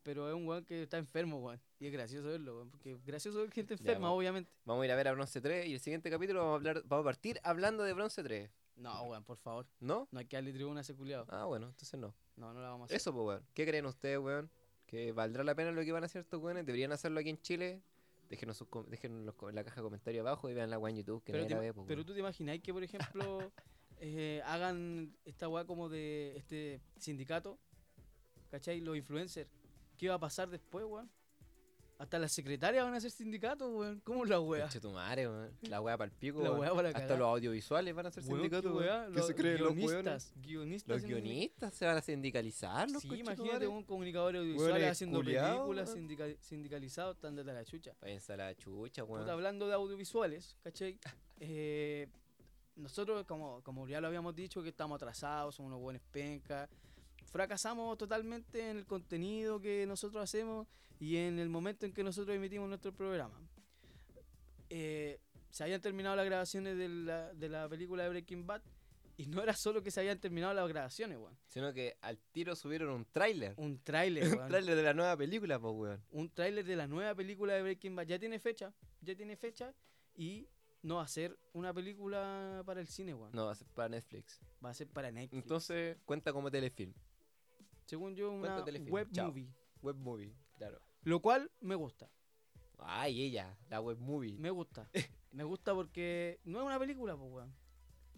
[SPEAKER 2] Pero es un weón que está enfermo, weón. Y es gracioso verlo, weón. Porque es gracioso ver gente
[SPEAKER 1] Ya,
[SPEAKER 2] enferma,
[SPEAKER 1] weón.
[SPEAKER 2] obviamente.
[SPEAKER 1] Vamos a ir a ver a Bronce 3 y el siguiente capítulo vamos a, hablar, vamos a partir hablando de Bronce 3,
[SPEAKER 2] No, weón, por favor.
[SPEAKER 1] ¿no?
[SPEAKER 2] No hay que darle tribuna a ese culiado.
[SPEAKER 1] Ah, bueno, entonces no.
[SPEAKER 2] No, no la vamos a hacer.
[SPEAKER 1] Eso, pues, weón. ¿Qué creen ustedes, weón? ¿Que valdrá la pena lo que van a hacer estos weones? ¿Deberían hacerlo aquí en Chile? Déjenos, sus com- déjenos los co- en la caja de comentarios abajo y vean la weá en YouTube que
[SPEAKER 2] pero,
[SPEAKER 1] nadie la
[SPEAKER 2] te-
[SPEAKER 1] ve, po,
[SPEAKER 2] pero
[SPEAKER 1] weón.
[SPEAKER 2] tú te imagináis que, por ejemplo, eh, hagan esta weá como de este sindicato, ¿cachai? Los influencers. ¿Qué va a pasar después, weón? Hasta las secretarias van a ser sindicatos, weón. ¿Cómo la weá?
[SPEAKER 1] Conche tu madre, weón. La weá para el pico,
[SPEAKER 2] La
[SPEAKER 1] weón.
[SPEAKER 2] weá para la
[SPEAKER 1] Hasta
[SPEAKER 2] cagá.
[SPEAKER 1] los audiovisuales van a ser
[SPEAKER 2] Weón,
[SPEAKER 1] sindicatos,
[SPEAKER 2] qué weá,
[SPEAKER 1] weón. ¿Qué se creen los weones?
[SPEAKER 2] guionistas, guionistas.
[SPEAKER 1] Los
[SPEAKER 2] haciendo-
[SPEAKER 1] guionistas se van a sindicalizar, los
[SPEAKER 2] Sí,
[SPEAKER 1] conchetumares.
[SPEAKER 2] imagínate un comunicador audiovisual
[SPEAKER 1] es
[SPEAKER 2] haciendo
[SPEAKER 1] culiao,
[SPEAKER 2] películas
[SPEAKER 1] weón.
[SPEAKER 2] sindica- sindicalizados, tan de la chucha.
[SPEAKER 1] Váyanse a la chucha,
[SPEAKER 2] Puta,
[SPEAKER 1] weón.
[SPEAKER 2] hablando de audiovisuales, ¿cachai? Eh, nosotros, como, como ya lo habíamos dicho, que estamos atrasados, somos unos buenos pencas. Fracasamos totalmente en el contenido que nosotros hacemos y en el momento en que nosotros emitimos nuestro programa. Eh, se habían terminado las grabaciones de la, de la película de Breaking Bad y no era solo que se habían terminado las grabaciones, weón.
[SPEAKER 1] Sino que al tiro subieron un tráiler.
[SPEAKER 2] Un tráiler,
[SPEAKER 1] Un
[SPEAKER 2] weón.
[SPEAKER 1] tráiler de la nueva película, pues, weón.
[SPEAKER 2] un tráiler de la nueva película de Breaking Bad. Ya tiene fecha, ya tiene fecha y no va a ser una película para el cine, weón.
[SPEAKER 1] No, va a ser para Netflix.
[SPEAKER 2] Va a ser para Netflix.
[SPEAKER 1] Entonces, cuenta como telefilm.
[SPEAKER 2] Según yo, una
[SPEAKER 1] cuenta telefilm.
[SPEAKER 2] web
[SPEAKER 1] Chao.
[SPEAKER 2] movie.
[SPEAKER 1] Web movie, claro.
[SPEAKER 2] Lo cual me gusta,
[SPEAKER 1] Ay, ella, la web movie.
[SPEAKER 2] me gusta. me gusta porque no es una película, pues, weón.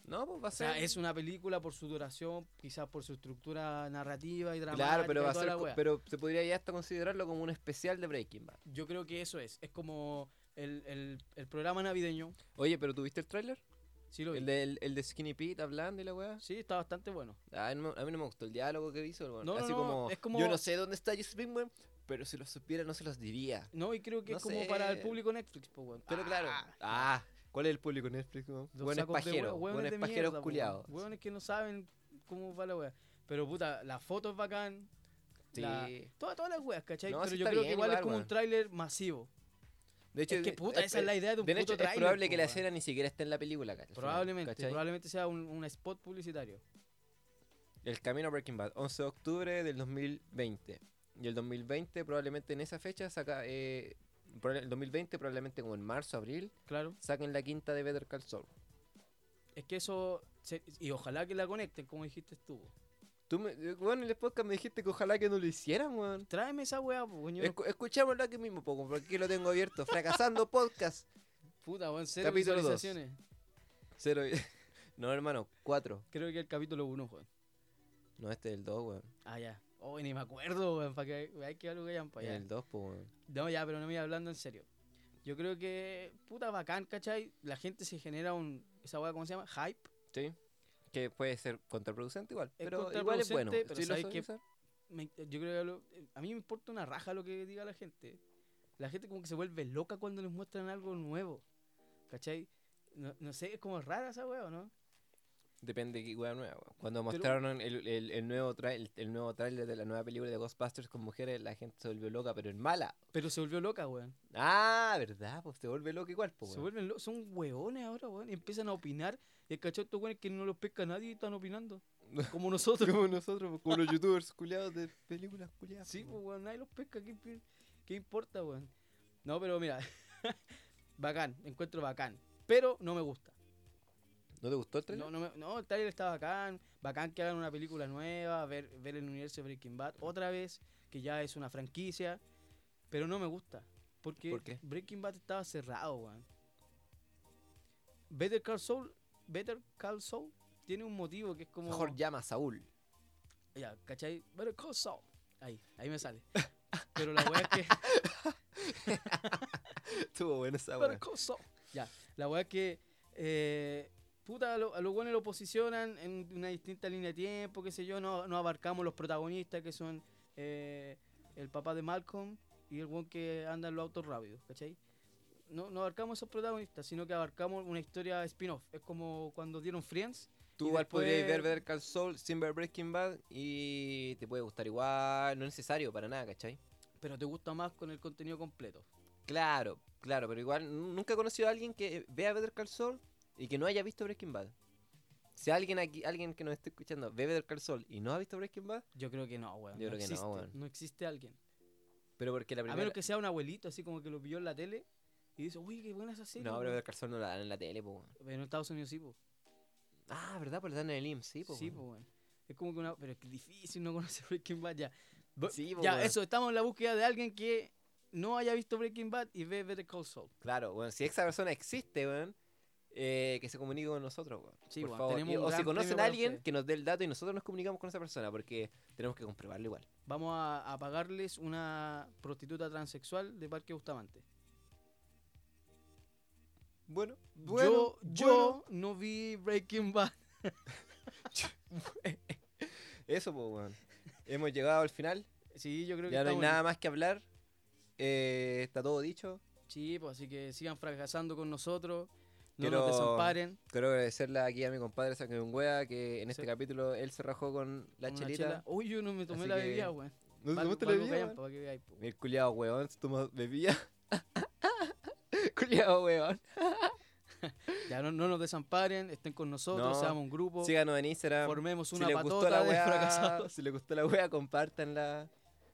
[SPEAKER 1] No, pues va a
[SPEAKER 2] O
[SPEAKER 1] ser.
[SPEAKER 2] sea, es una película por su duración, quizás por su estructura narrativa y dramática.
[SPEAKER 1] Claro, pero
[SPEAKER 2] y
[SPEAKER 1] va a
[SPEAKER 2] toda
[SPEAKER 1] ser.
[SPEAKER 2] la
[SPEAKER 1] co-
[SPEAKER 2] wea.
[SPEAKER 1] Pero se podría ya hasta considerarlo como un especial de Breaking Bad.
[SPEAKER 2] Yo creo que eso es. Es como el, el- el programa navideño.
[SPEAKER 1] Oye, pero ¿tuviste el tráiler?
[SPEAKER 2] Sí, lo vi.
[SPEAKER 1] El de, el, el de Skinny Pete hablando y la weá.
[SPEAKER 2] Sí, está bastante bueno.
[SPEAKER 1] A mí, no, me- a mí no me gustó el diálogo que hizo, weón.
[SPEAKER 2] No, no,
[SPEAKER 1] Así
[SPEAKER 2] no,
[SPEAKER 1] como,
[SPEAKER 2] es como-
[SPEAKER 1] Yo no sé dónde está Jesse Pinkman, pero si lo supiera no se los diría.
[SPEAKER 2] No, y creo que
[SPEAKER 1] No
[SPEAKER 2] es como para el
[SPEAKER 1] sé.
[SPEAKER 2] público Netflix, pues, weón.
[SPEAKER 1] Pero claro. Ah, ¿cuál es el público en Netflix? weón?
[SPEAKER 2] Los
[SPEAKER 1] Buenos
[SPEAKER 2] sacos de hue-
[SPEAKER 1] pajeros,
[SPEAKER 2] hueones
[SPEAKER 1] buenos
[SPEAKER 2] de
[SPEAKER 1] pajeros
[SPEAKER 2] mierda, po,
[SPEAKER 1] culiados.
[SPEAKER 2] hueón. Hueones que no saben cómo va la wea. Pero puta, la foto es bacán.
[SPEAKER 1] Sí.
[SPEAKER 2] la- toda- todas las weas, ¿cachai?
[SPEAKER 1] No,
[SPEAKER 2] Pero
[SPEAKER 1] sí
[SPEAKER 2] yo
[SPEAKER 1] está
[SPEAKER 2] creo que
[SPEAKER 1] bien
[SPEAKER 2] igual, es
[SPEAKER 1] igual,
[SPEAKER 2] como un
[SPEAKER 1] weón.
[SPEAKER 2] tráiler masivo.
[SPEAKER 1] De eh,
[SPEAKER 2] es que puta, esa es la idea de un
[SPEAKER 1] de
[SPEAKER 2] puto
[SPEAKER 1] hecho, es
[SPEAKER 2] tráiler,
[SPEAKER 1] probable
[SPEAKER 2] po,
[SPEAKER 1] que la
[SPEAKER 2] weón.
[SPEAKER 1] escena ni siquiera esté en la película, ca- al final,
[SPEAKER 2] Probablemente,
[SPEAKER 1] ¿cachai?
[SPEAKER 2] probablemente sea un, un spot publicitario.
[SPEAKER 1] El camino a Breaking Bad, 11 de octubre del 2020. Y el 2020 probablemente en esa fecha saca... eh, proba- el 2020 probablemente como en marzo, abril,
[SPEAKER 2] Claro.
[SPEAKER 1] saquen la quinta de Better Call Saul.
[SPEAKER 2] Es que eso. se- y ojalá que la conecten, como dijiste tú.
[SPEAKER 1] Tú me, eh, weón, en el podcast me dijiste que ojalá que no lo hicieran, weón.
[SPEAKER 2] Tráeme esa wea, pues, weón. yo no-
[SPEAKER 1] Escu- escuchémoslo aquí mismo, poco, porque aquí lo tengo abierto. Fracasando podcast.
[SPEAKER 2] puta, weón, cero
[SPEAKER 1] Capítulo dos.
[SPEAKER 2] visualizaciones.
[SPEAKER 1] Cero. No, hermano, cuatro.
[SPEAKER 2] Creo que el capítulo 1, weón.
[SPEAKER 1] No, este es el dos, weón.
[SPEAKER 2] Ah, ya. Oh, ni me acuerdo, weón. Para que hay que algo que hayan para allá.
[SPEAKER 1] El dos, pues, weón.
[SPEAKER 2] No, ya, pero no me iba hablando en serio. Yo creo que, puta, bacán, ¿cachai? La gente se genera un, esa weá, ¿cómo se llama? Hype.
[SPEAKER 1] Sí. Que puede ser contraproducente igual.
[SPEAKER 2] Es
[SPEAKER 1] pero igual es bueno.
[SPEAKER 2] contraproducente, pero
[SPEAKER 1] Sí lo
[SPEAKER 2] ¿sabes
[SPEAKER 1] sabes
[SPEAKER 2] qué?
[SPEAKER 1] usar.
[SPEAKER 2] Me- yo creo que lo- a mí me importa una raja lo que diga la gente. La gente como que se vuelve loca cuando les muestran algo nuevo, ¿cachai? No, no sé, es como rara esa weá, ¿o ¿no?
[SPEAKER 1] Depende de qué weá nueva, weón. Cuando mostraron el, el, el nuevo tra- el, el nuevo tráiler de la nueva película de Ghostbusters con mujeres, la gente se volvió loca, pero en mala.
[SPEAKER 2] Pero se volvió loca, weón.
[SPEAKER 1] Ah, ¿verdad? Pues se vuelve loca igual, pues,
[SPEAKER 2] Se
[SPEAKER 1] weón.
[SPEAKER 2] vuelven lo- son weones ahora, weón. Y empiezan a opinar. Y el cachai, estos weones que no los pesca nadie y están opinando. Como nosotros.
[SPEAKER 1] Como nosotros, pues, como los youtubers culiados de películas culiadas.
[SPEAKER 2] Sí,
[SPEAKER 1] pues,
[SPEAKER 2] pues,
[SPEAKER 1] weón.
[SPEAKER 2] weón, nadie los pesca. ¿Qué, pi- qué importa, weón? No, pero mira, bacán, encuentro bacán. Pero no me gusta.
[SPEAKER 1] pues. ¿No te gustó el tráiler?
[SPEAKER 2] No, no, me- no, el trailer está bacán. Bacán que hagan una película nueva, ver, ver el universo de Breaking Bad otra vez, que ya es una franquicia. Pero no me gusta. Porque
[SPEAKER 1] ¿Por qué?
[SPEAKER 2] Breaking Bad estaba cerrado, weón. Better Call Saul, Better Call Saul tiene un motivo que es como.
[SPEAKER 1] Mejor llama a Saúl.
[SPEAKER 2] Ya, ¿cachai? Better Call Saul. Ahí, ahí me sale. Pero la weá es que.
[SPEAKER 1] Estuvo buena esa
[SPEAKER 2] Better
[SPEAKER 1] weá.
[SPEAKER 2] Call Saul. Ya, la weá es que. eh, puta, a lo- a los buenos lo posicionan en una distinta línea de tiempo, qué sé yo. No, no abarcamos los protagonistas que son eh, el papá de Malcolm y el buen que anda en los autos rápidos, ¿cachai? No, no abarcamos esos protagonistas, sino que abarcamos una historia spin-off. Es como cuando dieron Friends.
[SPEAKER 1] Tú
[SPEAKER 2] y
[SPEAKER 1] igual
[SPEAKER 2] después-
[SPEAKER 1] podrías ver Better Call Saul sin ver Breaking Bad y te puede gustar igual. No es necesario para nada, ¿cachai?
[SPEAKER 2] Pero te gusta más con el contenido completo.
[SPEAKER 1] Claro, claro, pero igual n- nunca he conocido a alguien que vea Better Call Saul y que no haya visto Breaking Bad. Si alguien aquí, alguien que nos esté escuchando ve Better Call Saul y no ha visto Breaking Bad,
[SPEAKER 2] Yo creo que no, weón.
[SPEAKER 1] Yo creo que no,
[SPEAKER 2] existe,
[SPEAKER 1] weón.
[SPEAKER 2] No existe alguien.
[SPEAKER 1] pero porque la
[SPEAKER 2] A
[SPEAKER 1] primera...
[SPEAKER 2] menos que sea un abuelito, así como que lo pilló en la tele y dice, uy, qué buena esa serie.
[SPEAKER 1] No, pero
[SPEAKER 2] weón".
[SPEAKER 1] Better Call Saul no la dan en la tele, po. weón.
[SPEAKER 2] Pero en Estados Unidos sí, po.
[SPEAKER 1] Ah, ¿verdad? Pues la dan en el IMSS, sí, po.
[SPEAKER 2] Sí,
[SPEAKER 1] weón.
[SPEAKER 2] po, weón. Es como que una. Pero es que difícil no conocer Breaking Bad ya. Bo-
[SPEAKER 1] Sí, po,
[SPEAKER 2] ya,
[SPEAKER 1] weón.
[SPEAKER 2] eso, estamos en la búsqueda de alguien que no haya visto Breaking Bad y ve Better Call Saul.
[SPEAKER 1] Claro, bueno, si esa persona existe, weón, eh, que se comunique con nosotros, weón.
[SPEAKER 2] Sí,
[SPEAKER 1] por
[SPEAKER 2] weón,
[SPEAKER 1] favor.
[SPEAKER 2] tenemos
[SPEAKER 1] Y-
[SPEAKER 2] un
[SPEAKER 1] o si
[SPEAKER 2] gran premio
[SPEAKER 1] conocen a
[SPEAKER 2] para
[SPEAKER 1] alguien,
[SPEAKER 2] ustedes.
[SPEAKER 1] que nos dé el dato y nosotros nos comunicamos con esa persona, porque tenemos que comprobarlo igual.
[SPEAKER 2] Vamos a, a pagarles una prostituta transexual de Parque Bustamante.
[SPEAKER 1] Bueno,
[SPEAKER 2] yo yo no vi Breaking Bad.
[SPEAKER 1] Eso, pues, weón. Hemos llegado al final.
[SPEAKER 2] Sí, yo creo que
[SPEAKER 1] Ya no hay
[SPEAKER 2] estamos-
[SPEAKER 1] nada más que hablar. Eh, está todo dicho.
[SPEAKER 2] Sí, pues así que sigan fracasando con nosotros. No
[SPEAKER 1] Quiero-
[SPEAKER 2] nos desamparen.
[SPEAKER 1] Quiero agradecerle aquí a mi compadre un Wea, que en este
[SPEAKER 2] Sí.
[SPEAKER 1] capítulo él se rajó con la
[SPEAKER 2] con una
[SPEAKER 1] chelita.
[SPEAKER 2] chela. Uy, yo no me tomé
[SPEAKER 1] Así
[SPEAKER 2] la
[SPEAKER 1] que-
[SPEAKER 2] bebida, weón.
[SPEAKER 1] ¿No
[SPEAKER 2] Valgo-
[SPEAKER 1] tomaste la
[SPEAKER 2] valgo
[SPEAKER 1] bebida,
[SPEAKER 2] callan
[SPEAKER 1] weón?
[SPEAKER 2] pa' que veáis, po.
[SPEAKER 1] El culiado weón se toma bebida. culiado weón.
[SPEAKER 2] Ya no, no nos desamparen, estén con nosotros,
[SPEAKER 1] No.
[SPEAKER 2] seamos un grupo,
[SPEAKER 1] Síganos en Instagram.
[SPEAKER 2] formemos
[SPEAKER 1] si
[SPEAKER 2] una
[SPEAKER 1] les gustó
[SPEAKER 2] patota
[SPEAKER 1] la
[SPEAKER 2] de
[SPEAKER 1] wea,
[SPEAKER 2] fracasados.
[SPEAKER 1] si les gustó la wea, compártanla.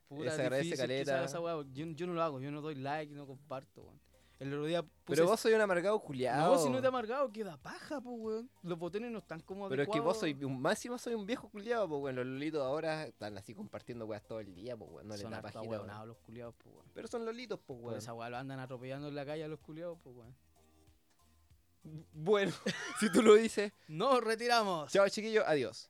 [SPEAKER 2] Puta,
[SPEAKER 1] les agradece
[SPEAKER 2] difícil que
[SPEAKER 1] caleta.
[SPEAKER 2] salga esa wea, porque yo, yo no lo hago, yo no doy like, no comparto, weón. El otro día puse...
[SPEAKER 1] Pero vos soy un amargado culiado.
[SPEAKER 2] No, si no te amargado, queda paja, pues, weón. Los botones no están como
[SPEAKER 1] Pero es que vos soy
[SPEAKER 2] adecuados.
[SPEAKER 1] un máximo soy un viejo culiado, pues bueno, los lolitos ahora están así compartiendo weas todo el día, pues bueno, no les
[SPEAKER 2] Son
[SPEAKER 1] da
[SPEAKER 2] harto
[SPEAKER 1] pajita. weón.
[SPEAKER 2] ahueonados los culiados, pues, weón.
[SPEAKER 1] Pero son lolitos, pues
[SPEAKER 2] Por
[SPEAKER 1] bueno.
[SPEAKER 2] esa weá lo andan atropellando en la calle a los culiados, pues, weón.
[SPEAKER 1] Bueno, si tú lo dices.
[SPEAKER 2] ¡Nos retiramos!
[SPEAKER 1] Chao chiquillos, adiós.